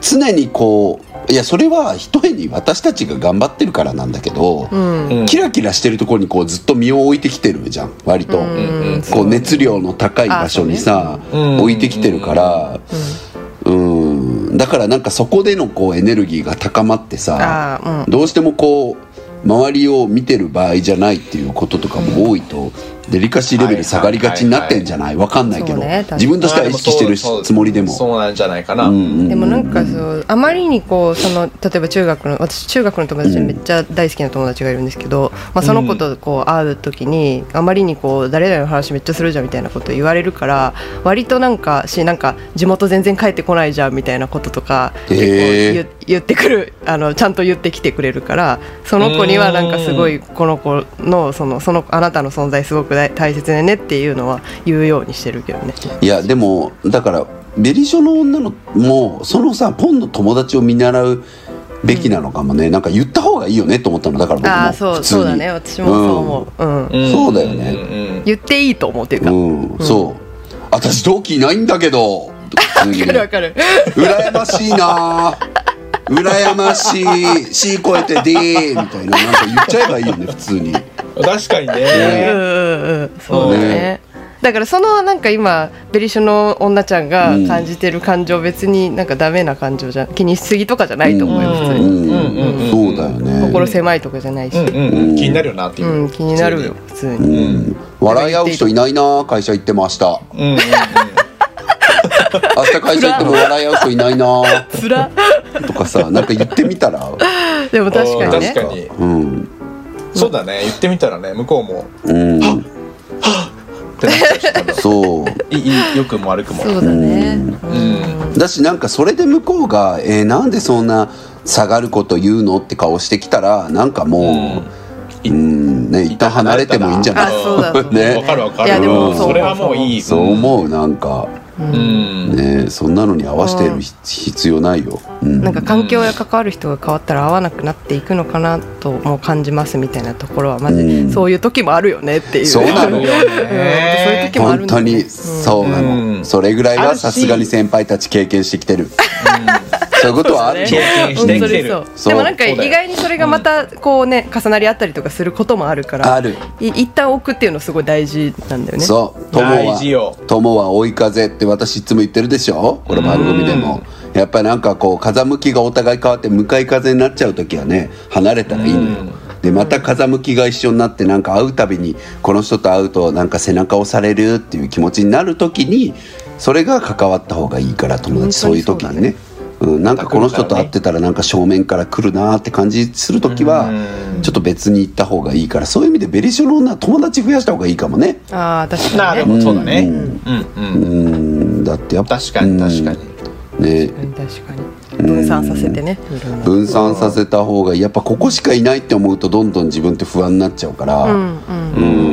Speaker 2: 常にこういやそれはひとえに私たちが頑張ってるからなんだけど、
Speaker 3: うん
Speaker 1: うん
Speaker 2: キラキラしてるところにこうずっと身を置いてきてるじゃん割と、
Speaker 1: んうん
Speaker 2: こう熱量の高い場所にさ、
Speaker 1: そうねうん
Speaker 2: 置いてきてるから、うん、だからなんかそこでのこうエネルギーが高まってさ、
Speaker 3: あーうん
Speaker 2: どうしてもこう周りを見てる場合じゃないっていうこととかも多いと、デリカシーレベル下がりがちになってんじゃないわかんないけど、
Speaker 3: そうね確かに
Speaker 2: 自分としては意識してるしつもりでも。
Speaker 1: そうなんじゃないかな
Speaker 2: うんうんうん
Speaker 3: でもなんかそうあまりにこうその例えば中学の私中学の友達でめっちゃ大好きな友達がいるんですけど、まあ、その子とこう会う時にあまりにこう誰々の話めっちゃするじゃんみたいなこと言われるから割となんかしなんか地元全然帰ってこないじゃんみたいなこととか結構
Speaker 2: へー
Speaker 3: 言言ってくるあのちゃんと言ってきてくれるからその子にはなんかすごいこの子のそのそのあなたの存在すごく大大切でねっていうのは言うようにしてるけどね。
Speaker 2: いやでもだからベリショの女のもそのさポンの友達を見習うべきなのかもね、なんか言った方がいいよねと思ったのだから僕も
Speaker 3: ああそ
Speaker 2: 普
Speaker 3: う
Speaker 2: 通に
Speaker 3: そうだね私もそう思う、うん
Speaker 1: ん
Speaker 2: そうだよね
Speaker 1: ん
Speaker 3: 言っていいと思うっていう
Speaker 2: う
Speaker 3: か、
Speaker 2: ん、うんそう私同期いないんだけど普通に
Speaker 3: わかるわかる
Speaker 2: 羨ましいな羨ましい C 超えて D みたいななんか言っちゃえばいいよね普通に
Speaker 1: うん確かに
Speaker 3: うん
Speaker 1: ね
Speaker 3: うんうんそうだね
Speaker 2: ね
Speaker 3: だからそのなんか今ベリショの女ちゃんが
Speaker 2: うん
Speaker 3: 感じてる感情別になんかダメな感情じゃ気にしすぎとかじゃないと思うよ
Speaker 1: うん
Speaker 3: 普通
Speaker 2: うん、
Speaker 3: に
Speaker 1: うんうん
Speaker 2: そうだよね
Speaker 3: 心狭いとかじゃない
Speaker 1: う
Speaker 3: し
Speaker 1: んうん気になるよなっていううん
Speaker 3: 気になるよ普通に
Speaker 2: うん、笑い合う人いないな会社行ってました
Speaker 1: うんうんうん
Speaker 2: 明日会社行っても笑い合う人いないな
Speaker 3: つら
Speaker 2: とかさなんか言ってみたら
Speaker 3: でも確かにね
Speaker 1: 確かに
Speaker 2: うん
Speaker 1: そうだね言ってみたらね向こうも
Speaker 2: うん
Speaker 1: ってなっちゃうし多分
Speaker 2: そう
Speaker 1: いいい良くも悪くも
Speaker 3: そうだねうん
Speaker 1: う
Speaker 2: だしなんかそれで向こうが「えーなんでそんな下がること言うの?」って顔してきたらなんかもう、うんね、一旦離れてもいいんじゃない
Speaker 3: あそうだそうだ
Speaker 2: ね
Speaker 1: わかるわかる
Speaker 3: いやでも
Speaker 2: そう
Speaker 1: それはもういい
Speaker 2: そう思うなんか、
Speaker 1: うん
Speaker 2: ね、そんなのに合わせてるひ必要ないよ、うん
Speaker 3: なんか環境や関わる人が変わったら合わなくなっていくのかなとも感じますみたいなところはま
Speaker 2: う
Speaker 3: ず
Speaker 2: ん
Speaker 3: そういう時もあるよねっていう
Speaker 2: そうなの
Speaker 1: あるよね
Speaker 3: うんそういう時もある
Speaker 2: 本
Speaker 3: んだ
Speaker 2: 当
Speaker 3: ね
Speaker 2: にそうなの、
Speaker 1: うん
Speaker 2: それぐらい
Speaker 1: あ
Speaker 2: は
Speaker 1: るし
Speaker 2: さすがに先輩たち経験してきてるそういうことはある
Speaker 1: 経験し
Speaker 3: 本
Speaker 1: て
Speaker 3: 当
Speaker 1: きて
Speaker 3: に
Speaker 1: る
Speaker 3: そう
Speaker 2: そう
Speaker 3: でもなんか
Speaker 1: そう
Speaker 3: 意
Speaker 1: だよ
Speaker 3: 外にそれがまたこうね重なり合ったりとかすることもあるから
Speaker 2: ある
Speaker 3: い一旦置くっていうのすごい大事なんだよね
Speaker 2: そう友
Speaker 1: 大事よ
Speaker 2: は友は追い風って私いつも言ってるでしょこの番組でもやっぱりなんかこう風向きがお互い変わって向かい風になっちゃう時はね離れたらいいのよでまた風向きが一緒になってなんか会うたびにこの人と会うとなんか背中押されるっていう気持ちになる時にそれが関わった方がいいから友達そういう時にねうん、なんかこの人と会ってたらなんか正面から来るなーって感じする時はちょっと別に行った方がいいからそういう意味でベリショの女は友達増やした方がいいかもね。
Speaker 3: ああ確
Speaker 1: な
Speaker 3: か
Speaker 1: る
Speaker 3: に
Speaker 1: ほ
Speaker 3: ね
Speaker 1: どそうだねう
Speaker 2: う
Speaker 1: う
Speaker 2: ん
Speaker 1: ん
Speaker 2: うんだってやっぱ
Speaker 1: 確かに確かに
Speaker 2: にね
Speaker 3: うん確かに分散させてねいろんな
Speaker 2: 分散させた方がいいやっぱここしかいないって思うとどんどん自分って不安になっちゃうから、
Speaker 3: うんうん
Speaker 2: うん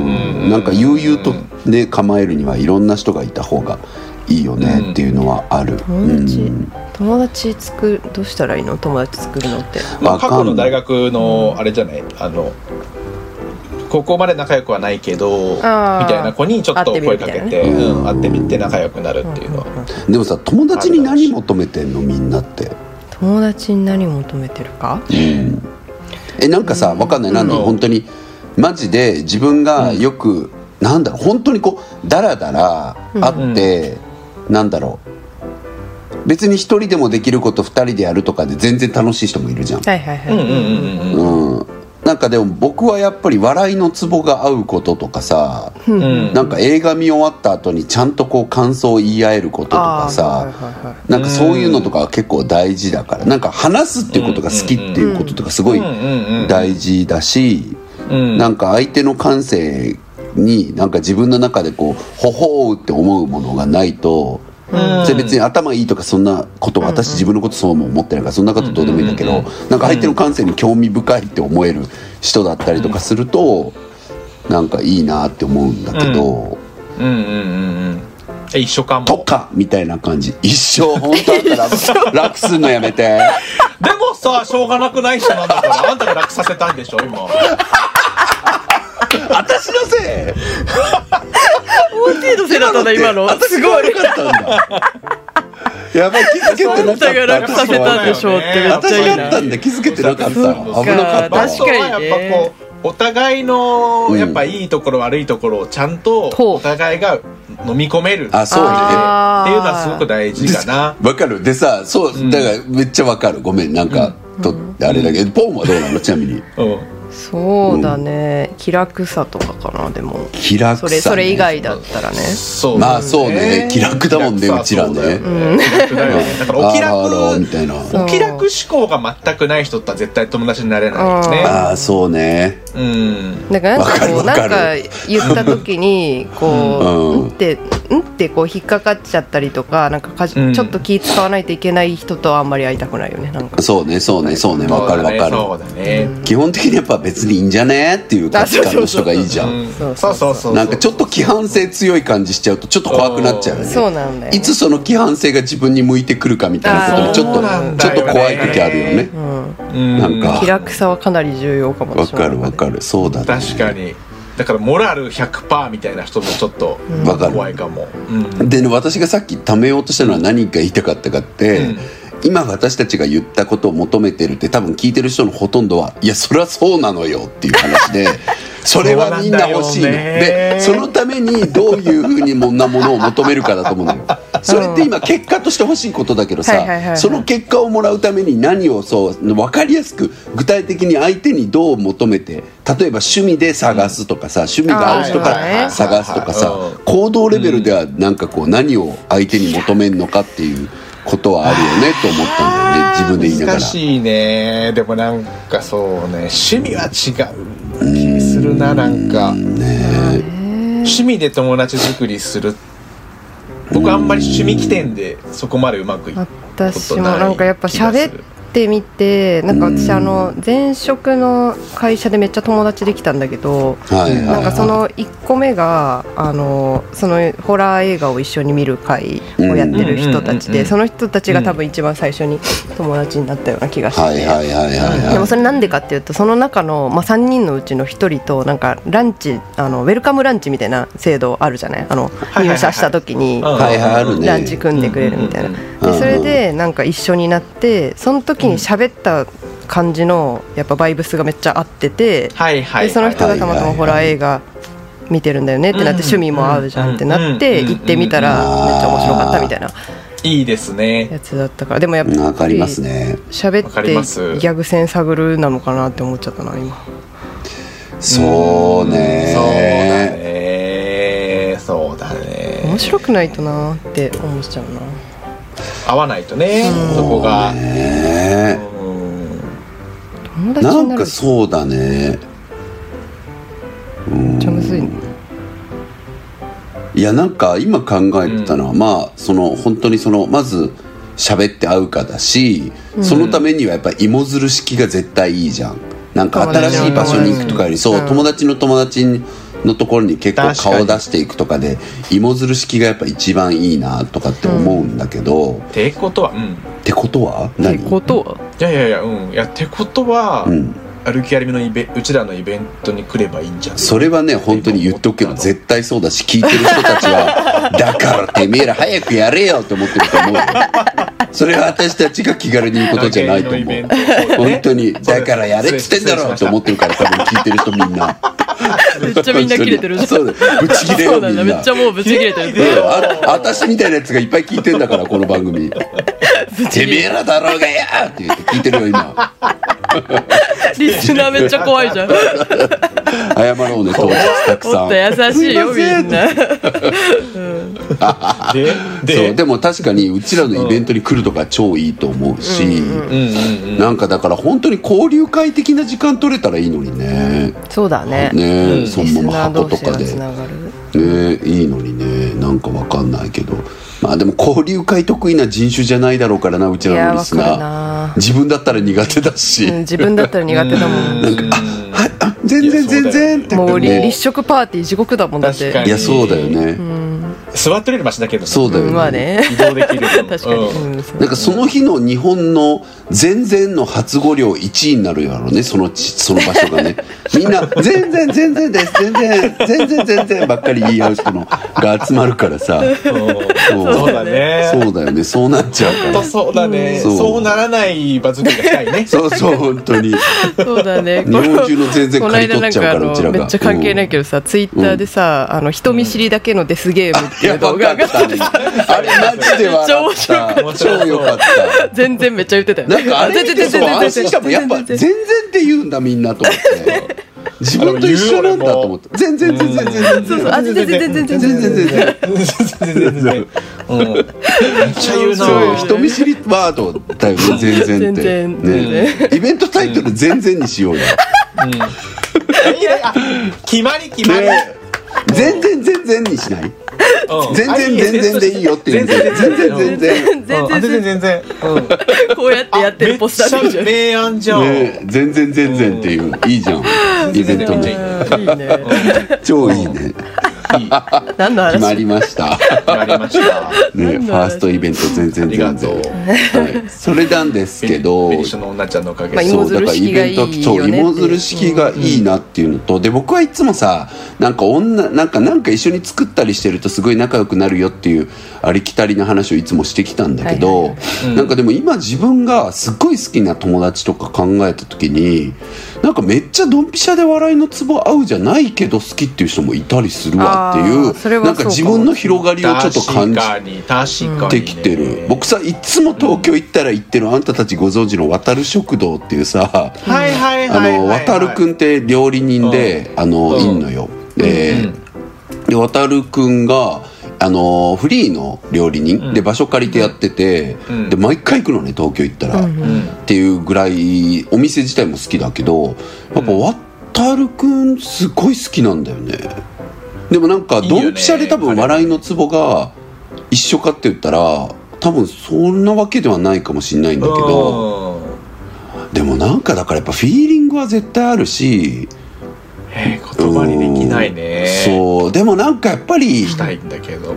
Speaker 2: なんか悠々とね構えるにはいろんな人がいた方がいいよねっていうのはある。
Speaker 3: 友達友達作るどうしたらいいの友達作るのって
Speaker 1: まあ、
Speaker 2: わか
Speaker 1: 過去
Speaker 2: んない
Speaker 1: の大学のあれじゃないあのここまで仲良くはないけどみ
Speaker 3: あー
Speaker 1: たいな子にちょっと
Speaker 3: 会ってみ
Speaker 1: 声
Speaker 3: る
Speaker 1: か
Speaker 3: み
Speaker 1: け
Speaker 3: たいなね
Speaker 1: てうん会ってみて仲良くなるっていうのは
Speaker 2: でもさ友達に何求めてんのみんなって。
Speaker 3: 友達に何求めてるか
Speaker 2: えなんかさわかんないなんで、
Speaker 1: うん
Speaker 2: 本当にマジで自分がよく、なんだろう本当にこうダラダラあって、なんだろう別に一人でもできること二人でやるとかで全然楽しい人もいるじゃん。
Speaker 3: はいはいは
Speaker 1: うんうん
Speaker 3: い
Speaker 1: うんうん
Speaker 2: うん、なんかでも僕はやっぱり笑いのツボが合うこととかさ、
Speaker 1: うん
Speaker 2: なんか映画見終わった後にちゃんとこう感想を言い合えることとか
Speaker 3: あー
Speaker 2: さ、
Speaker 3: はいはいはい
Speaker 2: なんかそういうのとかは結構大事だからなんか話すっていうことが好きっていうこととかすごい大事だし、
Speaker 1: うん
Speaker 2: なんか相手の感性になんか自分の中でこうほほーって思うものがないと。
Speaker 1: うん
Speaker 2: それ別に頭いいとかそんなこと私自分のことそうも思ってないからそんなことどうでもいいんだけどなんか相手の感性に興味深いって思える人だったりとかするとなんかいいなって思うんだけど
Speaker 1: うんうんうんうんえ一緒かも
Speaker 2: とかみたいな感じ一生本当 あったら楽すんのやめ て
Speaker 1: でもさしょうがなくない人なんだからあんたが楽させたんでしょ今
Speaker 2: 私のせい
Speaker 3: 大程度背だったな今のすごい
Speaker 2: だったんだ やばい気づけてな
Speaker 3: 本当が
Speaker 2: かっ
Speaker 3: 楽
Speaker 2: た
Speaker 3: させたんでしょうってめっ
Speaker 2: 私
Speaker 3: ちゃいい
Speaker 2: だ
Speaker 3: な
Speaker 2: ったんだ気づけてなかった危な
Speaker 1: そっ
Speaker 2: かった
Speaker 1: 場
Speaker 2: わ
Speaker 3: 確
Speaker 1: 所
Speaker 3: か
Speaker 1: は
Speaker 3: に
Speaker 1: やっぱこうお互いのやっぱいいところ悪いところをちゃんと
Speaker 3: ほう
Speaker 1: お互いが飲み込めるっていうの
Speaker 2: あそうね
Speaker 3: あー
Speaker 1: はすごく大事かな
Speaker 2: わかるでさそうだからめっちゃわかるごめんなんか、とあれだけどポンはどうなのちなみに
Speaker 1: うん
Speaker 3: そうだね気楽さとかかなでも
Speaker 2: 気楽さ
Speaker 3: そ
Speaker 2: ね、
Speaker 3: れそれ以外だったらね
Speaker 1: そう
Speaker 2: まあそうね気楽だもんね
Speaker 1: 気楽さ
Speaker 2: うちらね
Speaker 1: そうだよ気楽だよねだからお気
Speaker 2: あらあらみ
Speaker 1: 楽
Speaker 2: たいな
Speaker 3: う
Speaker 1: お気楽思考が全くない人とは絶対友達になれないよね
Speaker 2: ああそうね
Speaker 1: うん
Speaker 3: だからなんかこう
Speaker 2: わか
Speaker 3: な
Speaker 2: るわか
Speaker 3: んか言った時にこ
Speaker 2: うん
Speaker 3: う「ん」って「ん」ってこう引っかかっちゃったりとかなんかかじ
Speaker 1: うん
Speaker 3: ちょっと気使わないといけない人とはあんまり会いたくないよねなんか
Speaker 2: そうねそうねそうねわかるわかる、
Speaker 1: そうだね
Speaker 2: 基本的にやっぱ別にいいんじゃねっていう価値観の人がいいじゃ
Speaker 1: そ
Speaker 2: ん
Speaker 1: うだね
Speaker 3: そう
Speaker 1: そ
Speaker 3: うん
Speaker 1: うそうそう
Speaker 2: なんかちょっと規範性強い感じしちゃうとちょっと怖くなっちゃうよね
Speaker 3: そうなんだよね
Speaker 2: いつその規範性が自分に向いてくるかみたいなこともちょっ
Speaker 1: あーそうなん
Speaker 2: と
Speaker 1: だ
Speaker 2: ちょ
Speaker 1: よ
Speaker 2: っ
Speaker 1: ね
Speaker 2: と怖い時あるよね
Speaker 3: うん
Speaker 1: な
Speaker 2: なんか
Speaker 3: 気楽さはかなり重要かも
Speaker 2: わ
Speaker 3: しれな
Speaker 2: か
Speaker 3: い
Speaker 2: るわかるそうだね
Speaker 1: 確かにだからモラル100%みたいな人もちょっと
Speaker 2: わかる
Speaker 1: 怖いかも、うん
Speaker 2: でね私がさっきためようとしたのは何が言いたかったかって、
Speaker 1: うん
Speaker 2: 今私たちが言ったことを求めてるって多分聞いてる人のほとんどはいやそれはそうなのよっていう話 でそれはみんな欲し
Speaker 1: そ
Speaker 2: いの、
Speaker 1: うなんだよね
Speaker 2: でそのためにどういうふうにこんなものを求めるかだと思うのよそれって今結果として欲しいことだけど
Speaker 3: はいはいはいは
Speaker 2: さ
Speaker 3: い
Speaker 2: その結果をもらうために何をそう分かりやすく具体的に相手にどう求めて例えば趣味で探すとかさ趣味が合う人から探すとかさ
Speaker 1: うん
Speaker 2: 行動レベルではなんかこう何を相手に求めるのかっていうことはあるよねと思ったんだよね自分で言いなが
Speaker 1: 難
Speaker 2: ら
Speaker 1: しいねでもなんかそうね趣味は違う気するななんか、趣味で友達作りする僕あんまり趣味起点でそこまでうまくいくことない
Speaker 3: 私もなんかやっぱ喋っってみてなんか私あの前職の会社でめっちゃ友達できたんだけど
Speaker 2: はいはいはい
Speaker 3: なんかその1個目があのそのホラー映画を一緒に見る会をやってる人たち
Speaker 1: うんうんうんうん
Speaker 3: でその人たちが多分一番最初に友達になったような気がして
Speaker 2: はいはいはいはいはい
Speaker 3: でもそれなんでかっていうとその中の、まあ、3人のうちの1人となんかランチあのウェルカムランチみたいな制度あるじゃないあの
Speaker 1: いはい
Speaker 3: 入社した時に
Speaker 1: うん
Speaker 2: はいはいあるね
Speaker 3: ランチ組んでくれるみたいな
Speaker 1: うん
Speaker 2: うんうん
Speaker 3: でそれでなんか一緒になってその時に喋った感じのやっぱバイブスがめっちゃ合ってて
Speaker 1: はいはい。
Speaker 3: でその人がたまたまホラー映画見てるんだよねってなっ
Speaker 1: う
Speaker 3: て
Speaker 1: ん
Speaker 3: 趣味も合うじゃんってなって
Speaker 1: うん
Speaker 3: 行ってみたらめっちゃ面白かったみたいない
Speaker 1: いですね。
Speaker 3: やつだったからでもやっぱ
Speaker 2: わかり
Speaker 3: り
Speaker 2: ますね
Speaker 3: 喋
Speaker 1: わ
Speaker 3: っ
Speaker 1: か
Speaker 3: て
Speaker 1: ります
Speaker 3: ギャグ戦探るなのかなって思っちゃったな今
Speaker 2: そ
Speaker 1: そう
Speaker 2: うね
Speaker 1: だね。そうだね。
Speaker 3: 面白くないとなーって思っちゃうな
Speaker 1: 合わないとね。そこが。
Speaker 2: ね
Speaker 1: うん
Speaker 3: 友達
Speaker 2: な
Speaker 3: に
Speaker 2: ん
Speaker 3: な
Speaker 2: か
Speaker 3: る
Speaker 2: そうだね
Speaker 3: めっちゃむずいね
Speaker 2: いやなんか今考えてたのは、まあその本当にそのまず喋って合うかだし、そのためにはやっぱ芋づる式が絶対いいじゃんなんか新しい場所に行くとかよりそう、
Speaker 3: うん
Speaker 2: 友達の友達のところに結構
Speaker 1: 確かに
Speaker 2: 顔を出していくとかで芋づる式がやっぱ一番いいなとかって思うんだけど、っ
Speaker 1: ってことは、うん。
Speaker 2: てことは
Speaker 3: って
Speaker 2: 何
Speaker 3: こと はい
Speaker 1: やいやいや、うん。いや、ってことは
Speaker 2: う、ん、
Speaker 1: 歩きやりみのイベうちらのイベントに来ればいいんじゃない
Speaker 2: それはね本当に言っとくけど絶対そうだし聞いてる人たち はだからてめえら早くやれよって思ってると思うよそれは私たちが気軽に言うことじゃないと思う
Speaker 1: 投げ入れのイベント
Speaker 2: 本当に
Speaker 1: そうです
Speaker 2: だからやれっつってんだろって思ってるから多分聞いてる人みんな
Speaker 3: めっちゃみんな切れてるじゃん
Speaker 2: そうだぶち切れよみんな
Speaker 3: もうぶち切れてる
Speaker 2: うんあ私みたいなやつがいっぱい聞いてんだからこの番組てめえらだろうがやって言って聞いてるよ今
Speaker 3: リスナーめっちゃ怖 いじゃん。もっ
Speaker 2: 謝ろうね当日たくさん
Speaker 3: しいよみんな。
Speaker 1: で
Speaker 2: そうでも確かにうちらのイベントに来るとか超いいと思うし、
Speaker 1: うんうんうん
Speaker 2: なんかだから本当に交流会的な時間取れたらいいのにね、
Speaker 3: そうだね。
Speaker 2: ねえ、
Speaker 1: うん
Speaker 2: そ
Speaker 3: リ
Speaker 2: の
Speaker 3: ス
Speaker 2: まま
Speaker 3: ナー
Speaker 2: 箱
Speaker 3: 同
Speaker 2: と
Speaker 3: 士
Speaker 2: か
Speaker 3: が
Speaker 2: で
Speaker 3: つ
Speaker 2: ね
Speaker 3: ながる。
Speaker 2: えいいのにねなんかわかんないけどまあでも交流会得意な人種じゃないだろうからなうち
Speaker 3: い
Speaker 2: ら
Speaker 3: や
Speaker 2: のリ
Speaker 3: わ
Speaker 2: ス
Speaker 3: か
Speaker 2: ナ
Speaker 3: る
Speaker 2: ー
Speaker 3: な。
Speaker 2: 自分だったら苦手だし、
Speaker 3: うん自分だったら苦手だもん。
Speaker 1: うん
Speaker 2: はいあ全然
Speaker 1: いやそうだよ
Speaker 2: 全然って言
Speaker 3: もう
Speaker 2: って
Speaker 3: 立食パーティー地獄だもんだっ
Speaker 1: 確か
Speaker 3: て
Speaker 2: い
Speaker 1: に。
Speaker 2: やそうだよね、
Speaker 1: 座ってるよりマシだけどね
Speaker 2: そうだよね,、
Speaker 3: うんまあね。
Speaker 1: 移動できる
Speaker 3: 確かに。
Speaker 1: うん
Speaker 3: うんそう
Speaker 2: なんかその日の日本の全然の発語量1位になるやろうねそのちその場所 がねみんな「全然全然です全然全然全然」ばっかり言い合う人のが集まるからさ
Speaker 1: そうそうだね
Speaker 2: そうだよねそうなっちゃうか
Speaker 1: 本
Speaker 2: ら
Speaker 1: 当そうだね
Speaker 2: そう
Speaker 1: そうならない場作りがしたいね
Speaker 2: そうそう本当に
Speaker 3: そうだね。
Speaker 2: 日本中の全然
Speaker 3: この
Speaker 2: 刈り
Speaker 3: 間
Speaker 2: 取
Speaker 3: な
Speaker 2: っ
Speaker 3: ん
Speaker 2: ちゃう
Speaker 3: か
Speaker 2: か
Speaker 3: あ
Speaker 2: らうちら
Speaker 3: の
Speaker 2: が
Speaker 3: めっちゃ関係ないけどさ、ツイッターでさあの人見知りだけのデスゲームっ
Speaker 2: い
Speaker 3: てい
Speaker 2: や
Speaker 3: う動
Speaker 2: 分
Speaker 3: 画
Speaker 2: か
Speaker 3: が
Speaker 2: ったねあれマジで
Speaker 3: めっちゃ
Speaker 2: 笑
Speaker 3: 面
Speaker 2: っ
Speaker 3: 白かった
Speaker 1: た
Speaker 2: 超良かった
Speaker 3: 全然めっちゃ言ってたよ。
Speaker 2: なんかあれ見てそう
Speaker 3: 全然全然
Speaker 2: 安心したもんやっぱ
Speaker 3: 全
Speaker 2: 全
Speaker 3: 然
Speaker 2: 然って言うんだみんなと思って自分と一緒なんだと思って全然全然全然
Speaker 3: そうそうあ全然全然全
Speaker 2: 全然
Speaker 3: 然
Speaker 2: 全
Speaker 1: 全
Speaker 2: 然
Speaker 1: 然全然うんめっちゃ言うな
Speaker 2: そう人見知りワードだよね全然って
Speaker 3: 全然
Speaker 2: ねイベントタイトル全然にしようよ
Speaker 1: いやいや決まり決まり
Speaker 2: ね全然全然にしない
Speaker 1: うん
Speaker 2: 全然全然でいいよっていうん
Speaker 1: 全然
Speaker 2: で全然全
Speaker 1: 全
Speaker 2: 然
Speaker 1: 然全然全然うん
Speaker 3: こうやってやってるポスター
Speaker 1: め
Speaker 3: 見
Speaker 1: っ
Speaker 3: ち
Speaker 1: ち
Speaker 3: ゃ
Speaker 1: ゃ
Speaker 3: う
Speaker 1: 明暗じゃん
Speaker 2: ね全然全然っていういいじゃんイベント
Speaker 1: 全
Speaker 2: も
Speaker 1: 然
Speaker 3: うんいいね。
Speaker 2: 超いいね
Speaker 1: いい決
Speaker 3: 何の
Speaker 2: 決ま
Speaker 3: 話
Speaker 2: りました
Speaker 1: まりました
Speaker 2: ね
Speaker 3: なん
Speaker 2: フ
Speaker 3: だ
Speaker 2: ァーストイベント全然
Speaker 1: ありが
Speaker 2: 全然
Speaker 1: とう
Speaker 2: はいそれなんですけど
Speaker 1: ベリッシュの女ちゃんのおかげ
Speaker 3: まあ
Speaker 1: で
Speaker 2: そうだからイベントそう芋
Speaker 3: 芋
Speaker 2: づ
Speaker 3: づ
Speaker 2: る
Speaker 3: る
Speaker 2: 式
Speaker 3: 式
Speaker 2: がいいなっていうのと、で僕はいつもさなんか女なんかなんか一緒に作ったりしてるとすごい仲良くなるよっていうありきたりな話をいつもしてきたんだけど、
Speaker 3: はいは
Speaker 2: なんかでも今自分がすっごい好きな友達とか考えた時になんかめっちゃドンピシャで笑いのツボ合うじゃないけど好きっていう人もいたりするわって
Speaker 3: あーそ
Speaker 2: い
Speaker 3: れ
Speaker 2: う
Speaker 3: は
Speaker 2: なん
Speaker 3: そう
Speaker 2: か
Speaker 3: か
Speaker 2: 自分の広がりをちょっと感じ
Speaker 1: 確かに確かにね
Speaker 2: ってきてる、僕さいつも東京行ったら行ってる、あんたたちご存知の渡る食堂っていうさ、
Speaker 1: はいはい
Speaker 2: あ
Speaker 1: はいはい
Speaker 2: の渡るくんって料理人で、あの、
Speaker 1: うん
Speaker 2: いんのよ。で、で渡るくんがあのフリーの料理人、で場所借りてやってて、
Speaker 1: うん
Speaker 2: で毎回行くのね東京行ったら、
Speaker 3: うん
Speaker 1: うん
Speaker 2: っていうぐらいお店自体も好きだけどやっぱ渡るくんすごい好きなんだよねでもなんか
Speaker 1: いいよね
Speaker 2: ドンピシャで多分笑いのツボが一緒かって言ったら多分そんなわけではないかもしれないんだけど
Speaker 1: うん
Speaker 2: でもなんかだからやっぱフィーリングは絶対あるし
Speaker 1: えー言葉にできないね
Speaker 2: うんそうでもなんかやっぱり
Speaker 1: したいんだけど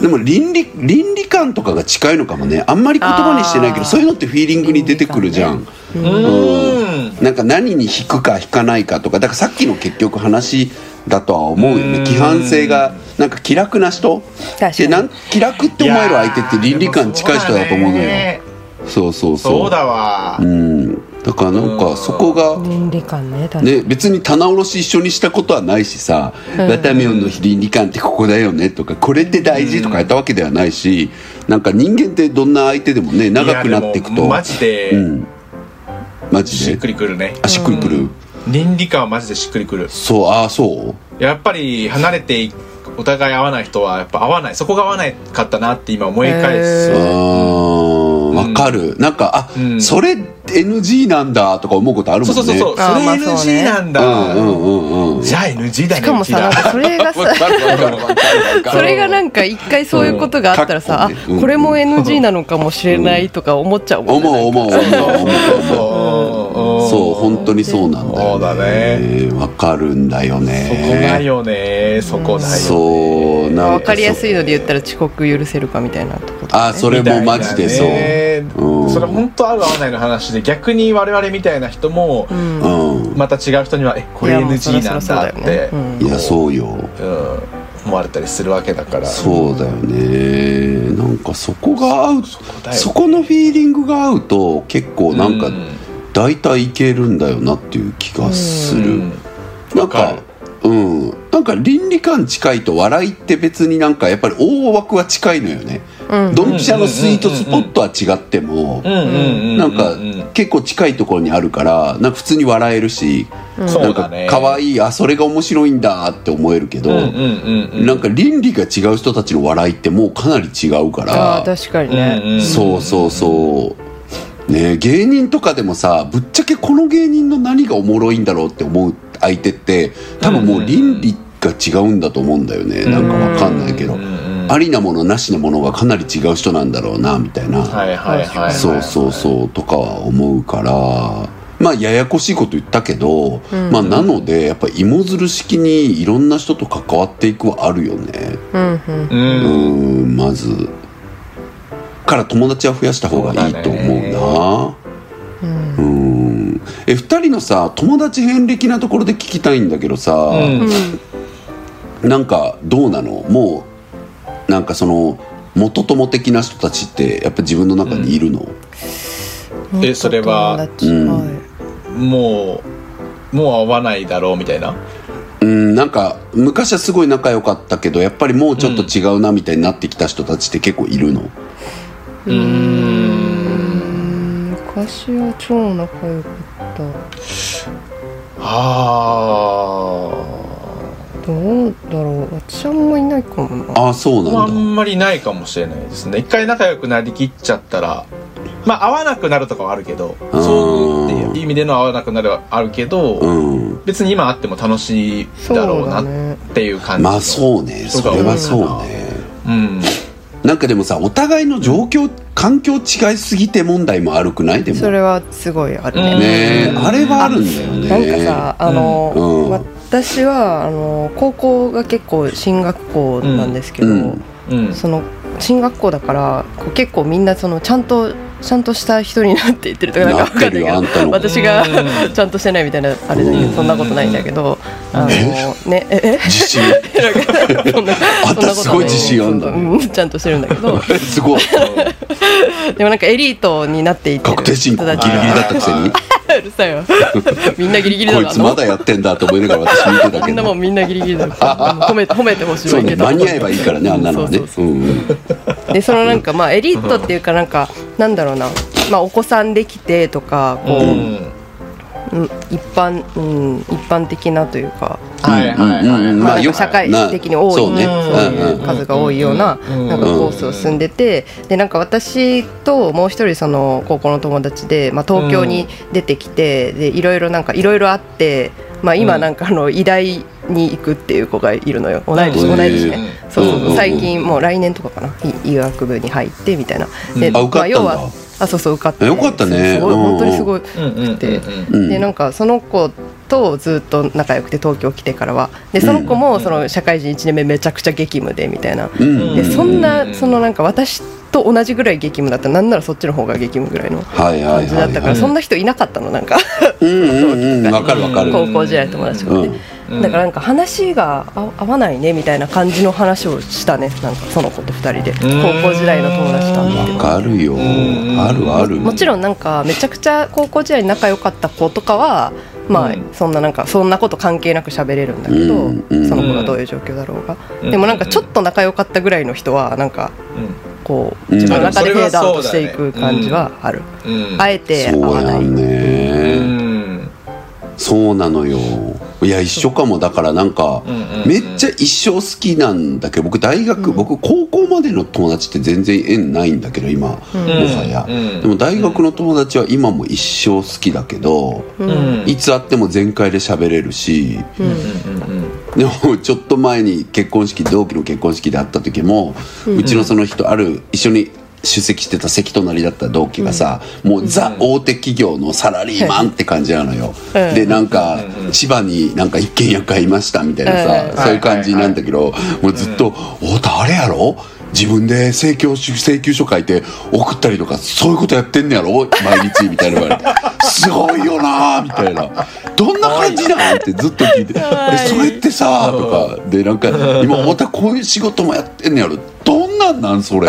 Speaker 2: でも倫理倫理観とかが近いのかもねあんまり言葉にしてないけど
Speaker 3: あー
Speaker 2: そういうのってフィーリングに出てくるじゃん、
Speaker 1: う
Speaker 2: うん
Speaker 1: ん
Speaker 2: なんか何に引くか引かないかとかだからさっきの結局話だとは思うよ
Speaker 1: う
Speaker 2: ね
Speaker 1: ん
Speaker 2: 規範性がなんか気楽な人
Speaker 3: かに
Speaker 2: でなん気楽って思える相手って倫理観近い人だと思うの
Speaker 1: いやー
Speaker 2: よ
Speaker 1: でも
Speaker 2: そうそうそう
Speaker 1: そうだねそうだわ
Speaker 2: うんだからなん
Speaker 1: う
Speaker 2: か
Speaker 1: ん
Speaker 2: そこが
Speaker 3: 倫理観ね確かに
Speaker 2: ね、別に棚卸し一緒にしたことはないしさ「
Speaker 3: うん
Speaker 2: ワタミオンの倫理観ってここだよね」とか「これって大事」とかやったわけではないしなんか人間ってどんな相手でもね長くなっていく
Speaker 1: やで
Speaker 2: と
Speaker 1: もマジで
Speaker 2: うん、マ
Speaker 1: し
Speaker 2: ジ
Speaker 1: っく
Speaker 2: で
Speaker 1: りくるね
Speaker 2: あしっくりくる、
Speaker 1: 倫理観はマジでしっくりくる
Speaker 2: そうああそう
Speaker 1: やっぱり離れていお互い合わない人はやっぱ合わないそこが合わないかったなって今思い返す、
Speaker 3: へ
Speaker 2: あーわかるなんかあ、
Speaker 1: うん
Speaker 2: それ NG なんだとか思うことあるもん
Speaker 1: そう
Speaker 2: ね
Speaker 1: そうそうそうそれ
Speaker 3: あーまあそう
Speaker 1: NG
Speaker 3: ね
Speaker 1: なん
Speaker 2: う
Speaker 1: だ、
Speaker 2: んうんうんうん
Speaker 1: じゃあ NG だね
Speaker 3: しかも さ
Speaker 1: うち
Speaker 3: な
Speaker 1: ら
Speaker 3: んかそれがさ
Speaker 2: わかるわかるわかるわかる
Speaker 3: それがなんか一回そういうことがあったらさ、
Speaker 2: うんかっこね
Speaker 3: あこれも NG なのかもしれないとか思っちゃうもんね
Speaker 2: 思う思う思う思う思う
Speaker 1: そう
Speaker 2: そう本当にそうなんだよ
Speaker 1: そうだね
Speaker 2: わかるんだよ
Speaker 1: そこだ
Speaker 2: ね
Speaker 1: よねそこだよね
Speaker 2: そうなん
Speaker 3: 分かりやすいので言った
Speaker 2: ら
Speaker 3: ら遅刻許せるかみたいなとこ
Speaker 2: あそれもマジでそう、
Speaker 1: そう
Speaker 2: うん
Speaker 1: それ本当合う合わないの話で逆に我々みたいな人も
Speaker 3: うん
Speaker 2: う
Speaker 1: また違う人には「えこ
Speaker 3: い
Speaker 1: れ
Speaker 3: やもうそり
Speaker 1: NG
Speaker 3: ゃそり
Speaker 1: な
Speaker 3: ゃ
Speaker 1: ん
Speaker 3: そう
Speaker 1: だ」
Speaker 3: だ
Speaker 1: っ
Speaker 3: よね
Speaker 1: て
Speaker 2: んいやそうよ
Speaker 1: うん思われたりするわけだから
Speaker 2: そうだよねなんかそこが合うそ
Speaker 1: だよ
Speaker 2: このフィーリングが合うと結構なんか
Speaker 1: うん
Speaker 2: 大体いけるんだよなっていう気がする、
Speaker 1: うん
Speaker 2: な
Speaker 1: わ
Speaker 2: ん
Speaker 1: か
Speaker 2: か
Speaker 1: る
Speaker 2: うんなんか倫理観近いと笑いって別になんかやっぱり大枠は近いのよね、
Speaker 3: うん
Speaker 2: ドンピシャのスイートスポットは違っても、
Speaker 1: うんうんうん
Speaker 2: なんか
Speaker 1: うん
Speaker 2: 結構近いところにあるからなんか普通に笑えるし、
Speaker 1: そ
Speaker 2: な
Speaker 1: うん
Speaker 2: か
Speaker 1: だね
Speaker 2: 可愛いあそれが面白いんだって思えるけど、
Speaker 1: うんうんうんうん
Speaker 2: なんか倫理が違う人たちの笑いってもうかなり違うか
Speaker 3: あ
Speaker 2: ら
Speaker 3: ー確かに
Speaker 1: うん
Speaker 3: ね
Speaker 1: うん
Speaker 2: そうそうそうね芸人とかでもさぶっちゃけこの芸人の何がおもろいんだろうって思う相手って多分もう倫理が違うんだと思うんだよね、なんかわかんないけど、
Speaker 1: うんうん
Speaker 2: ありなものなしなものがかなり違う人なんだろうなみたいな。
Speaker 1: はいはいはいはい
Speaker 2: そうそうそうとかは思うからまあややこしいこと言ったけど、
Speaker 3: ん
Speaker 2: まあなのでやっぱ芋づる式にいろんな人と関わっていくはあるよね
Speaker 3: うん
Speaker 1: う
Speaker 2: う
Speaker 3: うん
Speaker 2: んーんまずから友達は増やした方がいいと思うなうーんえ二人のさ友達遍歴なところで聞きたいんだけどさ、
Speaker 1: うん
Speaker 2: なんかどうなのもうなんかその元友的な人たちってやっぱ自分の中にいるの、
Speaker 3: うん
Speaker 1: えそれは
Speaker 3: 友達
Speaker 2: うん
Speaker 3: はい
Speaker 1: もうもう会わないだろうみたいな
Speaker 2: うん、なんか昔はすごい仲良かったけどやっぱりもうちょっと違うなみたいになってきた人たちって結構いるの、
Speaker 1: うーん
Speaker 3: うん昔は超仲良かった
Speaker 1: あ
Speaker 3: どうだろう私あんまいないかもな
Speaker 2: ああそう
Speaker 1: あまああ
Speaker 2: なんだ
Speaker 1: んまりないかもしれないですね一回仲良くなりきっちゃったらまあ会わなくなるとかはあるけど
Speaker 2: うん
Speaker 1: そういうっていう意味での会わなくなるはあるけど、
Speaker 2: うん
Speaker 1: 別に今会っても楽しい
Speaker 3: そう
Speaker 1: だろうな
Speaker 3: だ
Speaker 1: っ
Speaker 3: ね
Speaker 1: ていう感じの
Speaker 2: まあそうねそれはそうね
Speaker 1: うん
Speaker 2: なんかでもさお互いの状況環境違いすぎて問題も悪くないでも
Speaker 3: それはすごいあるね
Speaker 2: ねえ
Speaker 1: うん
Speaker 2: あれはあるんだよね
Speaker 3: なんかさあの、
Speaker 2: うん
Speaker 3: 私はあの高校が結構進学校なんですけど、
Speaker 2: うん
Speaker 1: うん
Speaker 3: その進学校だからこう結構みんなそのちゃんとちゃんとした人になっていってるとかなんか
Speaker 2: な
Speaker 3: わ
Speaker 2: っ
Speaker 3: かんな
Speaker 2: て
Speaker 3: いけ
Speaker 2: る
Speaker 3: ど
Speaker 2: よあんたの
Speaker 3: 私が
Speaker 1: うん
Speaker 3: ちゃんとしてないみたいなあれだけど
Speaker 2: うん
Speaker 3: そんなことないんだけどあのねええ
Speaker 2: 自信
Speaker 3: なんかそんな
Speaker 2: あんた
Speaker 3: そんなことはない
Speaker 2: すごい自信あんだね
Speaker 3: うんちゃんとしてるんだけど
Speaker 2: すごい
Speaker 3: でもなんかエリートになっていってる
Speaker 2: 確定申告ギ
Speaker 3: 人
Speaker 2: リ
Speaker 3: たち
Speaker 2: ギリだったくせに
Speaker 3: うるさいわみんなギリギリだ
Speaker 2: こ
Speaker 3: ない
Speaker 2: つまだやってんだと思いながら私見てた
Speaker 3: み
Speaker 2: け
Speaker 3: んなもう
Speaker 2: ど
Speaker 3: みんなギリギリだからもう褒めて褒めてほしい
Speaker 2: そう
Speaker 3: わ
Speaker 2: ね
Speaker 3: け
Speaker 2: 間に合えばいいからねあんなのはね
Speaker 3: そうそう
Speaker 2: うんうん
Speaker 3: でそのなんかまあエリートっていうかなんかなんだろうな、まあ、お子さんできてとかこ
Speaker 1: う
Speaker 3: う、
Speaker 1: ん
Speaker 3: うん一般、うん、一般的なというか
Speaker 1: はいはいはい
Speaker 2: うんうんうんまあ
Speaker 3: なん
Speaker 2: よく
Speaker 3: か社会的に多い
Speaker 2: なそうね
Speaker 3: そういう数が多いような
Speaker 1: うん
Speaker 3: なんかコースを進んでてでなんか私ともう一人その高校の友達で、まあ、東京に出てきてでいろいろなんかいろいろあって、まあ、
Speaker 1: う
Speaker 3: 今
Speaker 1: ん
Speaker 3: なんかあの医大に行くっていう子がいるのよ同い年
Speaker 2: うん
Speaker 3: 同い年ねそうそう
Speaker 2: うん
Speaker 3: 最近もう来年とかかない医学部に入ってみたいなで、
Speaker 1: うん
Speaker 2: あ受かったんだ
Speaker 3: 要はあそうそう受かって
Speaker 2: よかったね
Speaker 3: すご
Speaker 2: う
Speaker 3: い
Speaker 2: んうん
Speaker 3: 本当にすごい
Speaker 1: うんうんうんうん
Speaker 3: で
Speaker 2: うん
Speaker 3: でなんかその子とずっと仲良くて東京来てからはでその子もその社会人1年目めちゃくちゃ激務でみたいな
Speaker 2: うん
Speaker 3: でそん
Speaker 1: うん
Speaker 3: なそのなんか私と同じぐらい激務だったなんならそっちの方が激務ぐらいの
Speaker 2: はいは
Speaker 3: 感
Speaker 2: い
Speaker 3: じだ
Speaker 2: は
Speaker 3: っ
Speaker 2: い
Speaker 3: たか
Speaker 2: は
Speaker 3: ら
Speaker 2: い
Speaker 3: そんな人いなかったのなんか
Speaker 2: うんうんうんわかるわかる
Speaker 3: 高校時代の友達
Speaker 2: う
Speaker 3: が
Speaker 2: ん
Speaker 3: ねだからなんか話が合合わないねみたいな感じの話をしたねなんかその子と2人で
Speaker 1: ん
Speaker 3: 高校時代の友達と会って
Speaker 2: わかるよ
Speaker 1: ん
Speaker 2: あるある
Speaker 3: もちろんなんかめちゃくちゃ高校時代に仲良かった子とかはま
Speaker 1: うん
Speaker 3: あそんななんかそんなこと関係なく喋れるんだけど
Speaker 2: うんうん
Speaker 3: その子がどういう状況だろうが
Speaker 1: うん
Speaker 3: でもなんかちょっと仲良かったぐらいの人はなんかこう
Speaker 2: うん
Speaker 3: 自分の中でフェードアウトしていく感じはある
Speaker 1: うん
Speaker 3: あえて合
Speaker 2: そう
Speaker 3: わな
Speaker 2: や
Speaker 3: い
Speaker 2: ん
Speaker 1: う
Speaker 2: ね
Speaker 1: ん
Speaker 2: そうなのよいや一緒かもだからなんか
Speaker 1: うんうんうん
Speaker 2: めっちゃ一生好きなんだけど僕大学僕高校までの友達って全然縁ないんだけど今も
Speaker 3: うん
Speaker 2: はや
Speaker 1: うん
Speaker 2: でも大学の友達は今も一生好きだけど
Speaker 3: う
Speaker 1: うんん
Speaker 2: いつ会っても全開で喋れるし
Speaker 3: う
Speaker 1: うんんうんうん
Speaker 2: でもちょっと前に結婚式同期の結婚式で会った時も、うちのその人ある一緒に出席してた席隣だった同期がさ、もうザ大手企業のサラリーマンって感じなのよ、
Speaker 3: うん
Speaker 2: でなんか千葉になんか一軒家買いましたみたいなさ、
Speaker 3: うん
Speaker 2: そういう感じなんだけど、もうずっと「お誰やろ自分で請求書請求書書いて送ったりとかそういうことやってんねやろ毎日」みたいな言われて 「すごいよな」みたいな「どんな感じなん?」ってずっと聞いて「で
Speaker 3: わいい
Speaker 2: それってさ」とかでなん か「今またこういう仕事もやってんねやろどんなんなんそれ」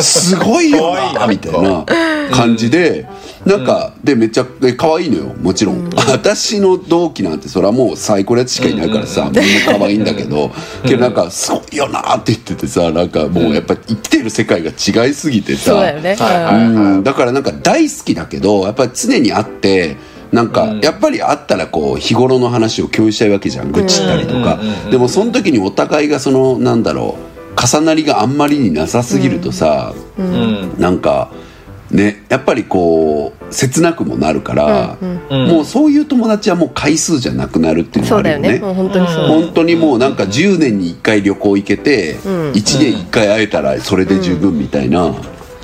Speaker 2: すごいよな」みたいな感じでなんかでめっちゃで可愛いのよもちろん私の同期なんてそれはもうサイコレやつしかいないからさみんな可愛いんだけどけどなんか「すごいよな」って言っててさなんかもうやっぱ生きてる世界が違いすぎてさ
Speaker 3: そうだよね
Speaker 1: はいは
Speaker 3: うん
Speaker 1: い
Speaker 2: うん、だからなんか大好きだけどやっぱり常に会ってなんか
Speaker 1: うん
Speaker 2: やっぱり会ったらこう日頃の話を共有したいわけじゃん愚痴ったりとか
Speaker 1: うんうんうんうん
Speaker 2: でもその時にお互いがそのなんだろう重なりがあんまりになさすぎるとさ、
Speaker 1: うん
Speaker 2: なんかねやっぱりこう切なくもなるから、
Speaker 1: うん
Speaker 2: もうそういう友達はもう回数じゃなくなるっていうの
Speaker 3: そ
Speaker 2: はあ
Speaker 3: う
Speaker 2: る
Speaker 3: だ
Speaker 2: よ
Speaker 3: よね
Speaker 2: ね。
Speaker 3: もう本当にそう
Speaker 2: 本当にもうなんか10年に1回旅行行けて、1
Speaker 3: ん
Speaker 2: 年1回会えたらそれで十分みたいな、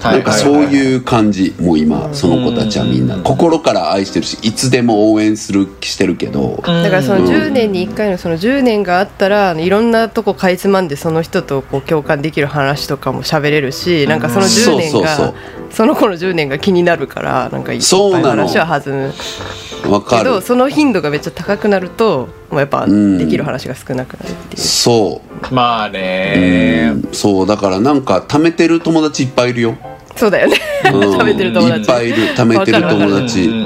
Speaker 2: なんかそういう感じもう今その子たちはみんな心から愛してるしいつでも応援するしてるけど、
Speaker 3: だからそ
Speaker 2: うん
Speaker 3: の10年に1回のその10年があったらあのいろんなとこかいつまんでその人とこう共感できる話とかも喋れるしなんかその10年が
Speaker 2: そうそう
Speaker 3: その子の10年が気になるからなんかいっ
Speaker 2: そうな
Speaker 3: ぱ
Speaker 2: いの
Speaker 3: 話は弾む
Speaker 2: わか
Speaker 3: け
Speaker 2: る
Speaker 3: どその頻度がめっちゃ高くなるともうやっぱ
Speaker 2: ん
Speaker 3: できる話が少なくなるっていう。
Speaker 2: そう、
Speaker 1: まあね
Speaker 2: うんそうだからなんか貯めてる友達いっぱいいる よ、
Speaker 3: そうだよね。
Speaker 2: うん
Speaker 3: 食べてる友達。
Speaker 2: いっぱいいる貯めてる友達
Speaker 1: うんうん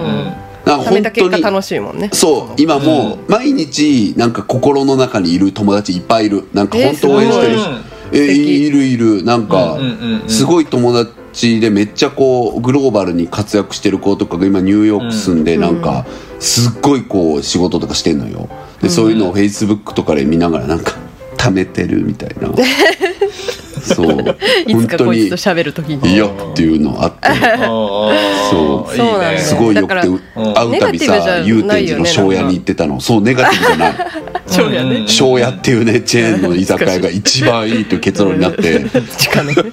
Speaker 2: なんか
Speaker 3: 食べた
Speaker 2: 本
Speaker 3: 結果
Speaker 2: 当に
Speaker 3: 楽しいもんね。
Speaker 2: そう今もう毎日なんか心の中にいる友達いっぱいいるなんか本当応援してるし、え
Speaker 3: ごい
Speaker 2: いるいるなんか
Speaker 1: うんうんうんうん
Speaker 2: すごい友達でめっちゃこうグローバルに活躍してる子とかが今ニューヨーク住んでなんかすっごいこう仕事とかしてんのよでそういうのをフェイスブックとかで見ながらなんか貯めてるみたい なそう
Speaker 3: いつ
Speaker 2: 本
Speaker 3: か
Speaker 2: 当
Speaker 3: こい
Speaker 2: に
Speaker 3: つと喋るとき
Speaker 2: い
Speaker 3: に。
Speaker 2: やっていうのあ ってそう
Speaker 3: そうなんだ
Speaker 2: すごいよく
Speaker 3: だか
Speaker 2: て
Speaker 3: ら
Speaker 2: 会うたび
Speaker 3: ネガティブじゃ
Speaker 2: さ
Speaker 3: ない
Speaker 2: 祐天寺の庄屋に行ってたのそうネガティブじゃない
Speaker 3: そうやね。
Speaker 2: 庄屋っていうねチェーンの居酒屋が一番いいという結論になって
Speaker 3: しかね。
Speaker 2: 全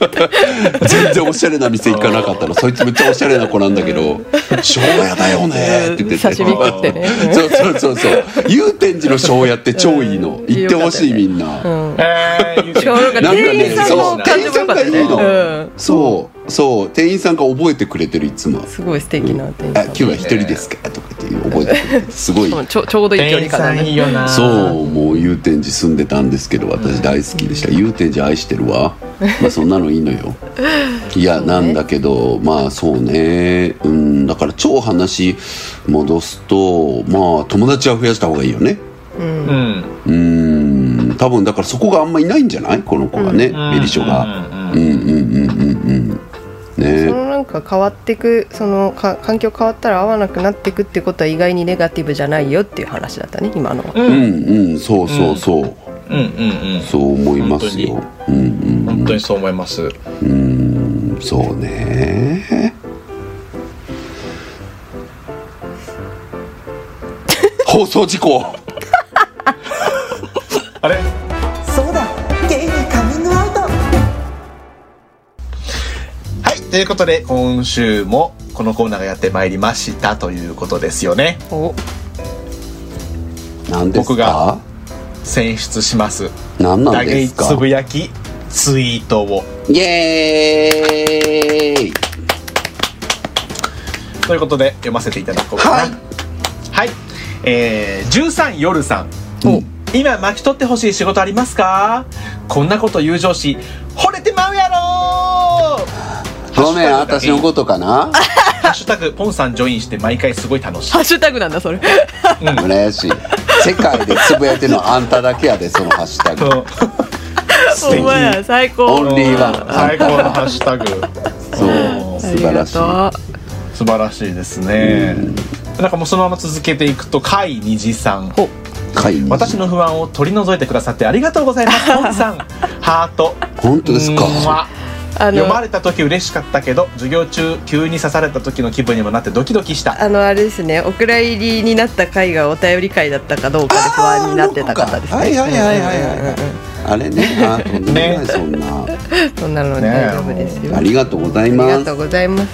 Speaker 2: 然おしゃれな店行かなかったのそいつめっちゃおしゃれな子なんだけど「庄屋だよね」って言って
Speaker 3: 刺身食ってね。
Speaker 2: そうそうそうそう祐天寺の庄屋って超いいの行ってほしいみんな、 なんか
Speaker 3: 店員
Speaker 2: ね
Speaker 3: さん
Speaker 2: そう
Speaker 3: の感じも良かった
Speaker 2: 店員さんがい
Speaker 3: ね
Speaker 2: いの
Speaker 3: うん
Speaker 2: そうそう店員さんが覚えてくれてるいつも
Speaker 3: すごい素敵な店
Speaker 2: 「
Speaker 3: 員
Speaker 2: あ
Speaker 3: さん
Speaker 2: 今日は一人ですか?」とかって覚えてくれててすごい
Speaker 3: しかもちょちょうどいい距離感だね
Speaker 2: そうもう祐天寺住んでたんですけど私大好きでした祐天寺愛してるわまあそんなのいいの よいや、
Speaker 3: そうね
Speaker 2: なんだけどまあそうねうんだから超話戻すとまあ友達は増やした方がいいよねうん多分だからそこがあんまいないんじゃないこの子がね、ベリショがうんうんうんうんうん
Speaker 3: そ
Speaker 2: ね
Speaker 3: のなんか変わってくそのか環境変わったら合わなくなってくってことは意外にネガティブじゃないよっていう話だったね今のは
Speaker 2: うんうんそうそうそう、そう思いますようんうんうーんそう ね放送事故
Speaker 4: そうだゲイにカミングアウト
Speaker 1: はいということで今週もこのコーナーがやってまいりましたということですよね
Speaker 3: お
Speaker 2: なんです
Speaker 1: 僕が
Speaker 2: か
Speaker 1: 選出します
Speaker 2: 何な
Speaker 1: 打
Speaker 2: んで
Speaker 1: 撃
Speaker 2: すか
Speaker 1: つぶやきツイートを
Speaker 2: イエーイ
Speaker 1: ということで読ませていただこうかな
Speaker 2: はい
Speaker 1: はい、えー、13夜さん
Speaker 2: お
Speaker 1: 今巻き取ってほしい仕事ありますかこんなこと友情し惚れてまう やろ
Speaker 2: ごめん私のことかな
Speaker 1: ハッシュタグポンさんジョインして毎回すごい楽しい
Speaker 3: ハッシュタグなんだそれ
Speaker 2: 羨ましい世界でつぶやいてるのはあんただけやでそのハッシュタグ
Speaker 1: そう素
Speaker 3: お前ら最
Speaker 2: オン
Speaker 3: 高
Speaker 2: リーワン
Speaker 1: 最高のハッシュタグ
Speaker 2: そう
Speaker 3: あ
Speaker 2: 素
Speaker 3: り
Speaker 2: 晴
Speaker 3: が
Speaker 2: らしい
Speaker 3: と
Speaker 1: 素晴らしいですねなんかもうそのまま続けていくと甲斐虹さん
Speaker 2: 会議
Speaker 1: 私の不安を取り除いてくださってありがとうござい ますポンさんハート
Speaker 2: 本当ですか
Speaker 1: うんわ
Speaker 3: うあ
Speaker 1: 読
Speaker 3: の
Speaker 1: まれた時嬉しかったけど授業中急に刺された時の気分にもなってドキドキした
Speaker 3: あのあれですねお蔵入りになった回がお便り回だったかどうかで不安になってた方ですね
Speaker 2: あーはいはいはいはいはい
Speaker 3: うんうんうん
Speaker 2: あれねあーとんでもな
Speaker 1: ね
Speaker 2: いそんな
Speaker 3: そんなの
Speaker 1: ねえ
Speaker 3: 大丈夫ですよ
Speaker 2: あ
Speaker 3: あ
Speaker 2: りがとうござい
Speaker 3: り
Speaker 2: ま
Speaker 3: が
Speaker 2: す
Speaker 3: とうございます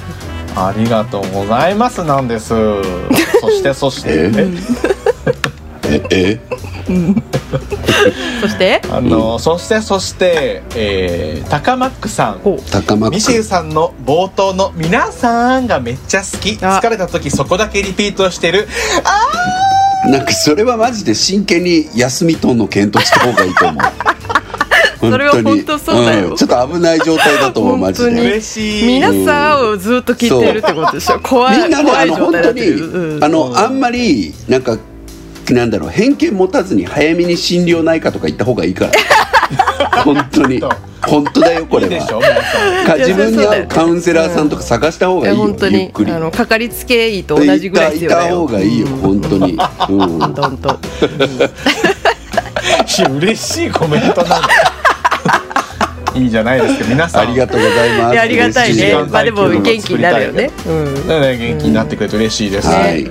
Speaker 1: ありがとうございますなん ですそしてそして
Speaker 2: えええ
Speaker 3: そして
Speaker 1: あのそしてそして、えー、高マックさん
Speaker 3: ほう
Speaker 2: 高松
Speaker 1: ミシェルさんの冒頭の「皆さん」がめっちゃ好き
Speaker 3: あ
Speaker 1: 疲れた時そこだけリピートしてる
Speaker 2: なんかそれはマジで真剣に休みとんの検討した方がいいと思う
Speaker 3: それは本当そうだよ
Speaker 2: んちょっと危ない状態だと思うマジ
Speaker 3: 本当に
Speaker 2: で
Speaker 1: 嬉しい
Speaker 3: 皆さんをずっと聞いてるってことでしょ怖い
Speaker 2: みんなね
Speaker 3: 怖
Speaker 2: あ
Speaker 3: い
Speaker 2: の
Speaker 3: 状
Speaker 2: 本
Speaker 3: 態
Speaker 2: 当
Speaker 3: だって
Speaker 2: に
Speaker 3: るうん
Speaker 2: あのあんまりなんかなんだろう偏見持たずに早めに心療内科とか行った方がいいから 本当に
Speaker 1: そう
Speaker 2: 本当だよこ
Speaker 1: い
Speaker 2: れ
Speaker 1: いでしょ
Speaker 2: は
Speaker 1: 皆さん
Speaker 2: か
Speaker 3: いや
Speaker 2: 自分に
Speaker 3: そうだよ
Speaker 2: 合う
Speaker 3: ね
Speaker 2: カウンセラーさんとか探した方
Speaker 3: い
Speaker 2: がい
Speaker 3: や
Speaker 2: いよ
Speaker 3: 本当
Speaker 2: ゆっ
Speaker 3: に
Speaker 2: くり
Speaker 3: あのかかりつけ医と同じぐらい必
Speaker 2: い
Speaker 3: 要だ
Speaker 2: た
Speaker 3: よ
Speaker 2: 方がいいよ本当にうん
Speaker 3: どん
Speaker 1: い
Speaker 3: と
Speaker 1: や嬉しいコメント なんだいいじゃないですか皆さん
Speaker 2: ありがとうございます
Speaker 3: いやありがたい
Speaker 1: 一時
Speaker 3: ね
Speaker 1: 間
Speaker 3: まあでも
Speaker 1: 耐久力を
Speaker 3: 元気になるよねうん
Speaker 1: ねね元気になってくれて嬉しいです、
Speaker 2: はい
Speaker 3: ね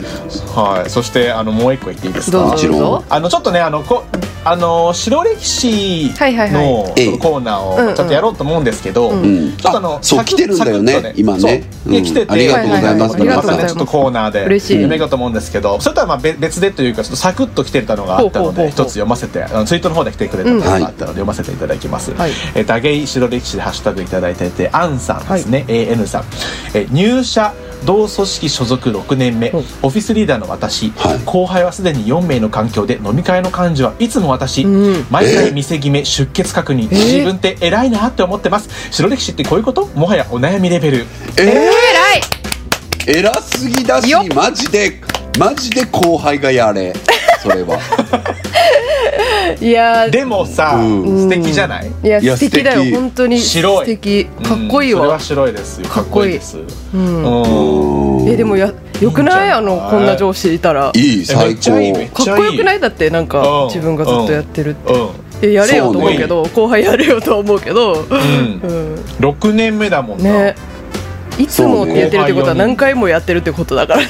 Speaker 1: はい、そしてあのもう一個言っていいです
Speaker 3: どうぞ
Speaker 1: か
Speaker 2: もちろん
Speaker 3: どうぞ
Speaker 1: あのちょっとねあのこあの白歴史
Speaker 3: はいはい
Speaker 1: の
Speaker 2: いええ
Speaker 1: コーナーをちょっとやろうと思うんですけど、
Speaker 3: うん
Speaker 2: うん
Speaker 1: ちょっとあの
Speaker 2: あそう
Speaker 1: サク
Speaker 2: 来てるんだよ
Speaker 1: サクッ
Speaker 2: ね
Speaker 1: と
Speaker 2: 今ね
Speaker 1: そうで
Speaker 2: うん
Speaker 1: 来てて
Speaker 2: ありがとうございます
Speaker 3: はいはいはいありがとうござい
Speaker 1: ね
Speaker 3: ま
Speaker 1: ち
Speaker 3: す
Speaker 1: ょっとコーナーで
Speaker 3: 嬉しい
Speaker 1: 夢かと思うんですけどそれとはまあべ別でというかちょっとサクッと来てたのがあったの
Speaker 3: ほうほうほう
Speaker 1: で一つ読ませてあのツイートの方で来てくれたのがあ
Speaker 2: う
Speaker 1: った
Speaker 2: ん
Speaker 1: ので読ませていただきます、
Speaker 3: はい
Speaker 1: えー、ダゲイ白歴史でハッシュタグいただいててアンさんですね、AN さん、えー入社同組織所属6年目、
Speaker 3: うん
Speaker 1: オフィスリーダーの私、
Speaker 2: はい
Speaker 1: 後輩はすでに4名の環境で飲み会の幹事はいつも私、
Speaker 3: うん
Speaker 1: 毎回店決め出血確認、
Speaker 3: え
Speaker 1: 自分って偉いなって思ってます白歴史ってこういうこともはやお悩みレベル
Speaker 2: え
Speaker 3: 偉い
Speaker 2: ー偉すぎだし
Speaker 3: よっ
Speaker 2: マジでマジで後輩がやれそれは
Speaker 3: いやー
Speaker 1: でもさ、
Speaker 2: うん
Speaker 1: 素敵じゃない
Speaker 3: いや
Speaker 2: いや
Speaker 3: 素敵だ
Speaker 2: 素
Speaker 3: よ
Speaker 2: 敵
Speaker 3: 本当に
Speaker 1: 白
Speaker 3: 素
Speaker 1: い
Speaker 3: 敵かっこいい
Speaker 1: うんそれ
Speaker 3: わ
Speaker 1: は白いですよ
Speaker 3: か
Speaker 1: か
Speaker 3: っ
Speaker 1: っ
Speaker 3: こ
Speaker 1: こ
Speaker 3: い
Speaker 1: い
Speaker 3: い
Speaker 1: いです
Speaker 3: うん
Speaker 2: うん
Speaker 3: えでもやよくな
Speaker 1: いいんじ
Speaker 3: い
Speaker 1: ゃない
Speaker 3: あのこんな上司いたら
Speaker 2: いい
Speaker 1: えめ
Speaker 2: 最
Speaker 1: っちゃいいめっ
Speaker 2: 高
Speaker 3: かっ
Speaker 1: ちゃいい
Speaker 3: こよくないだってなん
Speaker 1: う
Speaker 3: か
Speaker 1: ん
Speaker 3: 自分がずっとやってるって
Speaker 1: うん
Speaker 3: いややれよと思うけど後輩やれよと思うけど
Speaker 1: うん
Speaker 3: うん
Speaker 1: 6年目だもんな、
Speaker 3: ねいつもってやってるってこと
Speaker 1: そ
Speaker 3: は
Speaker 1: うね
Speaker 3: 何回もやってるってことだからね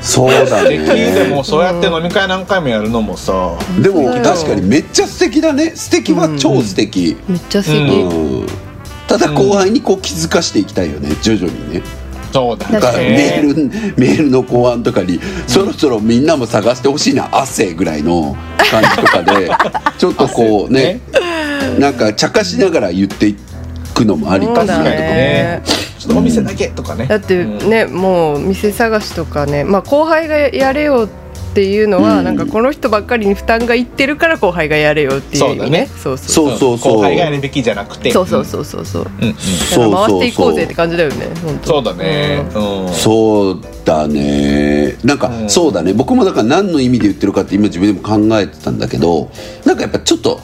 Speaker 2: そうだ
Speaker 1: 素敵で
Speaker 2: ね
Speaker 1: もそうやって飲み会何回もやるのもさ、
Speaker 2: でも
Speaker 3: そうだよ
Speaker 2: 確かにめっちゃ素敵だね素敵は超素敵、
Speaker 3: めっちゃ素
Speaker 2: う
Speaker 3: 敵
Speaker 1: ん
Speaker 2: んただ後輩にこう気づかしていきたいよね徐々にね
Speaker 1: そうだ
Speaker 2: だからメ
Speaker 1: ね
Speaker 2: ールメールの後半とかにそろそろみんなも探してほしいな汗ぐらいの感じとかでちょっとこうねなんか茶化しながら言っていくのもありか
Speaker 3: そう
Speaker 2: な
Speaker 3: だ
Speaker 2: とか
Speaker 3: ね
Speaker 1: ちょっとお店だけとかね、
Speaker 3: だってねもう店探しとかねまあ後輩がやれよっていうの
Speaker 2: う
Speaker 3: は
Speaker 2: ん
Speaker 3: なんかこの人ばっかりに負担がいってるから後輩がやれよっていう意
Speaker 1: そうだ
Speaker 3: 味
Speaker 1: ね
Speaker 3: ねそうそ
Speaker 2: そ
Speaker 3: う
Speaker 2: うそうそう
Speaker 1: 後輩がやるべきじゃなくて
Speaker 3: そうそうそうそうそう
Speaker 1: うん、うんうん
Speaker 2: そうそうそう
Speaker 3: だから回していこうぜって感じだよね本当
Speaker 1: そうだねうん、
Speaker 2: そうだねなんか、
Speaker 1: うん
Speaker 2: そうだね僕もだから何の意味で言ってるかって今自分でも考えてたんだけどなんかやっぱちょっと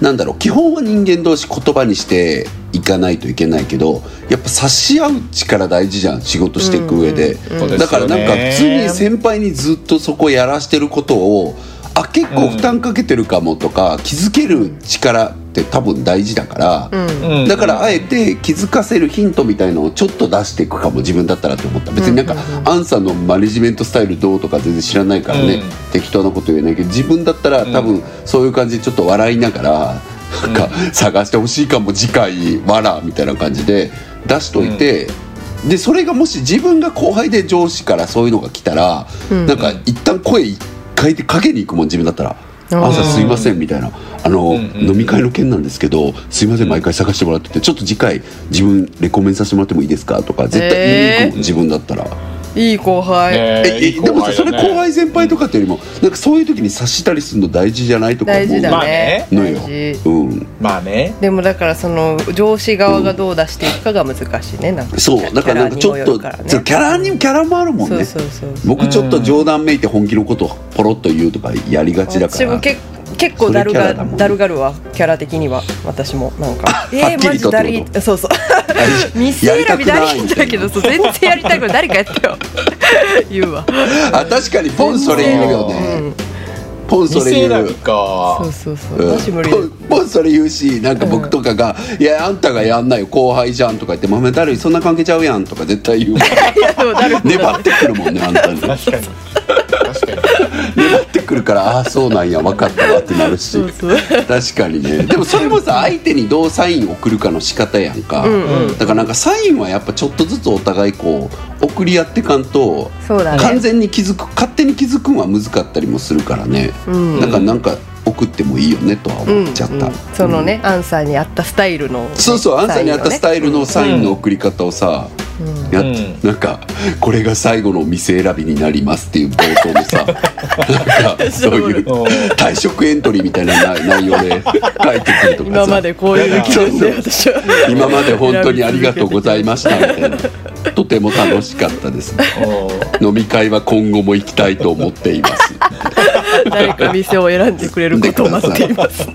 Speaker 2: なんだろう基本は人間同士言葉にしていかないといけないけどやっぱ差し合う力大事じゃん仕事していく上で,、
Speaker 1: んうん
Speaker 2: だからなん
Speaker 1: そ
Speaker 2: か
Speaker 1: うで
Speaker 2: 普
Speaker 1: すよ
Speaker 2: 通
Speaker 1: ね
Speaker 2: に先輩にずっとそこやらしてることをあ結構負担かけてるかもとか、気づける力って多分大事だから。
Speaker 3: うん
Speaker 1: うん
Speaker 2: だからあえて気づかせるヒントみたいのをちょっと出していくかも自分だったらと思った別になんか、アンさんのマネジメントスタイルどうとか全然知らないからね、
Speaker 1: うん
Speaker 2: 適当なこと言えないけど自分だったら多分そういう感じでちょっと笑いながら、なんか探してほしいかも次回わらみたいな感じで出しといて、でそれがもし自分が後輩で上司からそういうのが来たら、
Speaker 3: うん
Speaker 2: なんか一旦声一回でかけに行くもん自分だったら。
Speaker 3: あー
Speaker 2: 朝すいませんみたいなあの、
Speaker 1: うんうん
Speaker 2: 飲み会の件なんですけどすいません毎回探してもらっててちょっと次回自分レコメンさせてもらってもいいですかとか絶対言いに行くも
Speaker 1: えー
Speaker 2: ん、自分だったら、
Speaker 3: いい後輩
Speaker 2: ええでもさそれ後輩先輩とかっていうよりもなんかそういう時に察したりするの大事じゃないとか思う
Speaker 3: 大事だね
Speaker 2: のよ
Speaker 3: 大事
Speaker 2: うん、
Speaker 1: まあね
Speaker 3: でもだからその上司側がどう出していくかが難しいねなんか
Speaker 2: そうだからなんかちょっと
Speaker 3: キャラにもよるらね
Speaker 2: そうキャラにもキャラもあるもん
Speaker 3: そう
Speaker 2: ね
Speaker 3: そうそう
Speaker 2: 僕ちょっと冗談めいて本気のことをポロッと言うとかやりがちだか
Speaker 3: 私
Speaker 2: ら
Speaker 3: もけ結構だる
Speaker 2: それキャラ
Speaker 3: が
Speaker 2: だもんね
Speaker 3: だるがるわキャラ的には私もなんか
Speaker 2: はっ
Speaker 3: え
Speaker 2: き
Speaker 3: ー、マ
Speaker 2: り
Speaker 3: ジ
Speaker 2: と
Speaker 3: だ
Speaker 2: って
Speaker 3: り
Speaker 2: こ
Speaker 3: そうそう店選びだりだけどそう全然やりたくない誰かやってよ 言うわ
Speaker 2: あ確かにポンそれ言うよ
Speaker 3: う
Speaker 2: ね
Speaker 3: ん
Speaker 2: ポンそれ
Speaker 1: 店
Speaker 2: 言
Speaker 1: 選
Speaker 2: う
Speaker 1: びか
Speaker 3: そうそうそう、
Speaker 2: うん
Speaker 3: 私無理
Speaker 2: ポンポンそれ言うしなんか僕とかが「いやあんたがやんないよ後輩じゃん」とか言って「豆だるいそんな関係ちゃうやん」とか絶対言うもん
Speaker 3: いやでもだる
Speaker 2: 粘ってくるもんねあんたに
Speaker 1: 確かに確かに
Speaker 2: 粘ってくるからああそうなんや分かったわってなるし
Speaker 3: そうそう
Speaker 2: 確かにねでもそれもさ相手にどうサインを送るかの仕方やんか、
Speaker 3: ん
Speaker 2: だからなんかサインはやっぱちょっとずつお互いこう送り合ってかんと
Speaker 3: そうだね
Speaker 2: 完全に気づく勝手に気づくんは難かったりもするからね、
Speaker 3: うん
Speaker 2: だからなんか送ってもいいよねとは
Speaker 3: うん
Speaker 2: 思っちゃった、
Speaker 3: うんそのね、アンサーに合ったスタイルのね、
Speaker 2: そうそうアンサーにあったスタイルのサインの
Speaker 1: うん
Speaker 2: 送り方をさ、
Speaker 3: うん
Speaker 2: やっ
Speaker 1: うん
Speaker 2: なんかこれが最後の店選びになりますっていう冒頭の さなんかそういう
Speaker 1: うん
Speaker 2: 退職エントリーみたいな内内容で書いてくるとかさ
Speaker 3: 今までこういう気分で私は
Speaker 2: 今まで本当にありがとうございましたみたいな とても楽しかったです飲み会は今後も行きたいと思っています
Speaker 3: 誰か店を選んでくれることを待っています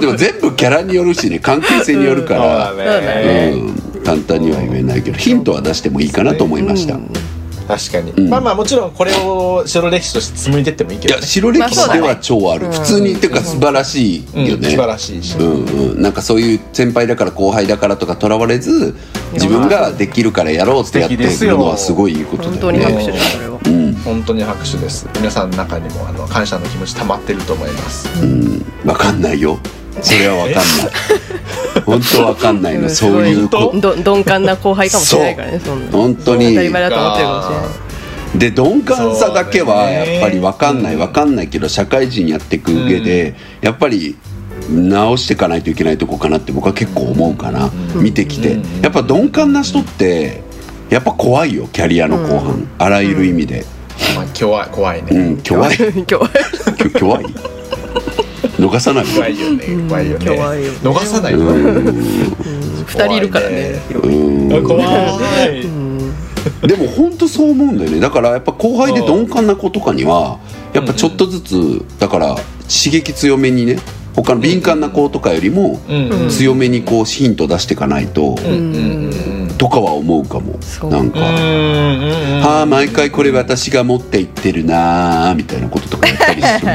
Speaker 2: でも全部キャラによるしね関係性によるか
Speaker 1: そう
Speaker 2: ら、
Speaker 1: だ
Speaker 2: う
Speaker 1: ね、
Speaker 2: ん簡単には言えないけどヒントは出してもいいかなと思いました、
Speaker 3: うん
Speaker 1: 確かに、
Speaker 2: ん
Speaker 1: まあまあもちろんこれを白歴史として紡いでってもいいけ
Speaker 2: い
Speaker 1: ど、
Speaker 2: や
Speaker 1: ね、
Speaker 2: 白歴史では超ある、
Speaker 3: まあそ
Speaker 2: 普通
Speaker 3: うだね
Speaker 2: にっていうか素晴らしい
Speaker 1: うん
Speaker 2: よね、
Speaker 1: 素晴らしいし、
Speaker 2: うんうん、なんかそういう先輩だから後輩だからとかとらわれず自分ができるからやろうってやってるのはすごいいいこと
Speaker 3: 本
Speaker 2: だ
Speaker 3: 当
Speaker 2: よ
Speaker 3: に拍
Speaker 2: ね。
Speaker 3: 手だそれは
Speaker 2: うん
Speaker 1: 本当に拍手です皆さんの中にもあの感謝の気持ち溜まってると思います、
Speaker 2: わかんないよそれはわかんない本当わかんないの
Speaker 3: す
Speaker 2: そう
Speaker 3: ご
Speaker 2: いうこ
Speaker 3: ど鈍感な後輩かもしれないからねそんな
Speaker 2: 本当に
Speaker 3: 当たり前だと思ってるかもしれない
Speaker 2: で鈍感さだけはやっぱりわかんない
Speaker 1: そうだね
Speaker 2: わかんないけど社会人やっていく上でやっぱり直していかないといけないとこかなって僕は結構思うかな見てきて
Speaker 1: うん
Speaker 2: やっぱ鈍感な人ってやっぱ怖いよキャリアの後半あらゆる意味で
Speaker 1: まあ、今日は怖いね、
Speaker 2: うん怖い
Speaker 3: 今日は
Speaker 2: きょ怖い逃さない
Speaker 1: 怖いよね怖いよね
Speaker 3: うん怖いよね
Speaker 1: 逃さないうわ
Speaker 2: ん
Speaker 3: 2人いるからね
Speaker 2: うん
Speaker 1: 怖い
Speaker 2: でも本当そう思うんだよねだからやっぱ後輩で鈍感な子とかにはやっぱちょっとずつだから刺激強めにね他の敏感な子とかよりも
Speaker 1: うんうん
Speaker 2: 強めにこうヒント出していかない
Speaker 1: う
Speaker 2: と
Speaker 1: んうんうん
Speaker 2: とかは思うかも
Speaker 3: そう
Speaker 2: なん
Speaker 1: うん
Speaker 2: か。
Speaker 1: うんうん
Speaker 2: ああ毎回これ私が持っていってるなーみたいなこととかやったりする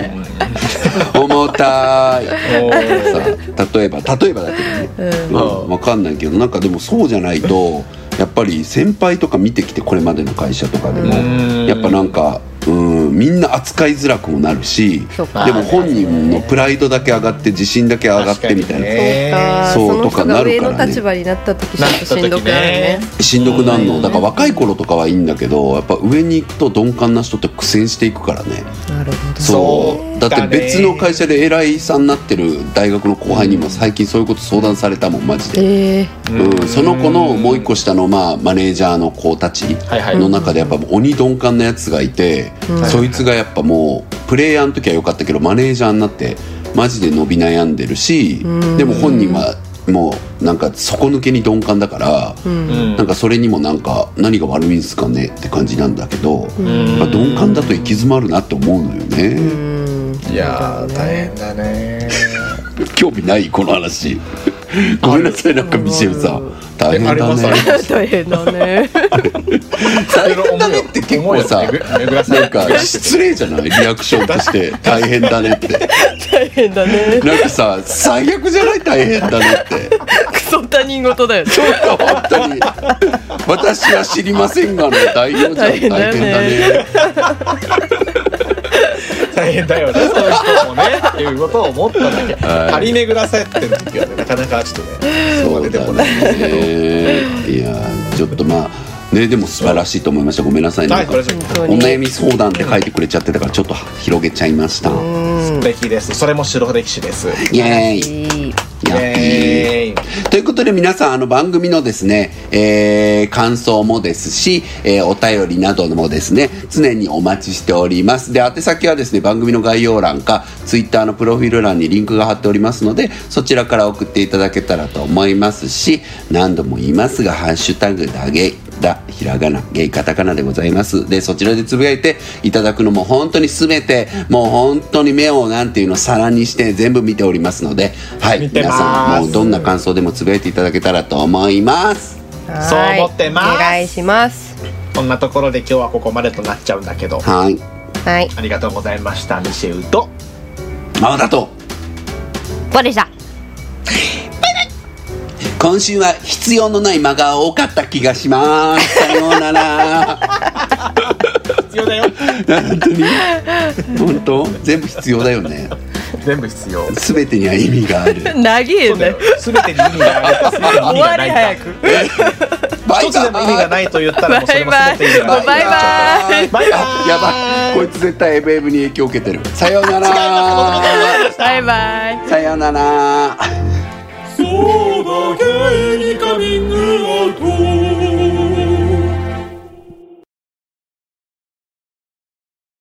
Speaker 2: もん 重たい
Speaker 1: おー
Speaker 2: さ例えば例えばだけどね、うんわかんないけどなんかでもそうじゃないとやっぱり先輩とか見てきてこれまでの会社とかでも
Speaker 1: うん
Speaker 2: やっぱなんかうんみんな扱いづらくもなるし
Speaker 3: そうか
Speaker 2: でも本人のプライドだけ上がって自信だけ上がってみた
Speaker 1: 確か
Speaker 2: いな、
Speaker 1: にね
Speaker 2: そう
Speaker 3: の人
Speaker 2: とかな
Speaker 3: が
Speaker 2: る
Speaker 3: 上
Speaker 2: からね
Speaker 3: の立場になった時ちょっとしんどくなるね
Speaker 1: なっ
Speaker 2: しんどくなるのだから若い頃とかはいいんだけどやっぱ上に行くと鈍感な人って苦戦していくからね
Speaker 3: なるほど
Speaker 2: そう
Speaker 1: そう
Speaker 2: だ
Speaker 1: だ
Speaker 2: って
Speaker 1: ね
Speaker 2: 別の会社で偉いさんになってる大学の後輩にも最近そういうこと相談されたもんマジで。
Speaker 3: えー
Speaker 2: うん、その子のもう一個下の、まあ、マネージャーの子たち
Speaker 1: はいはい
Speaker 2: の中でやっぱ鬼鈍感なやつがいて、
Speaker 3: うん
Speaker 2: そいつがやっぱもうプレイヤーの時は良かったけどマネージャーになってマジで伸び悩んでるし、
Speaker 3: うん
Speaker 2: でも本人はもうなんか底抜けに鈍感だから、
Speaker 3: うん
Speaker 1: うん
Speaker 2: なんかそれにもなんか何が悪いんすかねって感じなんだけど、
Speaker 1: ん
Speaker 2: まあ、鈍感だと行き詰まるなって思うのよね、
Speaker 3: うん
Speaker 1: いやー大変だね
Speaker 2: 興味ないこの 話ごめんなさいなんかミシェルさん大変
Speaker 1: あり
Speaker 2: だ
Speaker 1: ますありま
Speaker 2: ね
Speaker 1: す
Speaker 3: 大変だね
Speaker 2: 大変だねって結構さ
Speaker 1: 思いを巡らさ
Speaker 2: なんか失礼じゃないリアクションとして大変だねって
Speaker 3: 大変だね
Speaker 2: なんかさ最悪じゃない大変だねって
Speaker 3: クソ他人事だよ ね
Speaker 2: ちょっと本当に私は知りませんがね代表じゃん大
Speaker 3: 大変だ
Speaker 2: 変だね
Speaker 3: ね
Speaker 1: 大変変だよねそういう人もねっていうことを思ったんだけど、
Speaker 2: はい
Speaker 1: 張り巡らされてる時はねなかなかちょっとね
Speaker 2: そうだね。いやー、ちょっとまあ、ね、でも素晴らしいと思いました。ごめんなさい。
Speaker 1: は
Speaker 2: な
Speaker 1: い
Speaker 2: んか
Speaker 1: これじゃ
Speaker 3: 当
Speaker 2: お
Speaker 3: に
Speaker 2: 悩み相談って書いてくれちゃってたから、ちょっと広げちゃいました。
Speaker 1: 素敵ですそれも白歴史です
Speaker 2: イエーイ。
Speaker 3: いい
Speaker 2: やっぴー
Speaker 1: えー
Speaker 2: ということで皆さんあの番組のですね、えー感想もですし、えーお便りなどもですね常にお待ちしておりますで宛先はですね番組の概要欄かツイッターのプロフィール欄にリンクが貼っておりますのでそちらから送っていただけたらと思いますし何度も言いますが「ハッシュタグだげ」だひらがなゲイカタカナでございますでそちらでつぶやいていただくのも本当に全てもう本当に目をなんていうの皿にして全部見ておりますのではい
Speaker 1: 見て
Speaker 2: 皆
Speaker 1: ます
Speaker 2: さんもうどんな感想でもつぶやいていただけたらと思います
Speaker 1: そう思ってます
Speaker 3: はいお願いします
Speaker 1: こんなところで今日はここまでとなっちゃうんだけど
Speaker 2: はい
Speaker 3: はい
Speaker 1: ありがとうございましたミシェウと
Speaker 2: まだと
Speaker 3: バレした
Speaker 2: 今週は必要のない間が多かった気がし ますさようなら
Speaker 1: 必要だよ
Speaker 2: 本当に本当全部必要だよね
Speaker 1: 全部必要
Speaker 2: 全てには意味がある
Speaker 3: 長え
Speaker 1: そうだよ全
Speaker 3: ね
Speaker 1: てに意味がある全てに意味
Speaker 3: 終
Speaker 1: が
Speaker 3: わ
Speaker 1: な
Speaker 3: り
Speaker 1: い
Speaker 3: 早く
Speaker 2: バ
Speaker 1: 一つでも意味がないと言ったらもうそれも全て意味がない
Speaker 3: バイバイ
Speaker 1: バイバイ
Speaker 2: やばいこいつ絶対 MM に影響を受けてるさようなら
Speaker 3: バイバイ
Speaker 2: さようなら
Speaker 5: そうだ、ゲイにカミングアウト。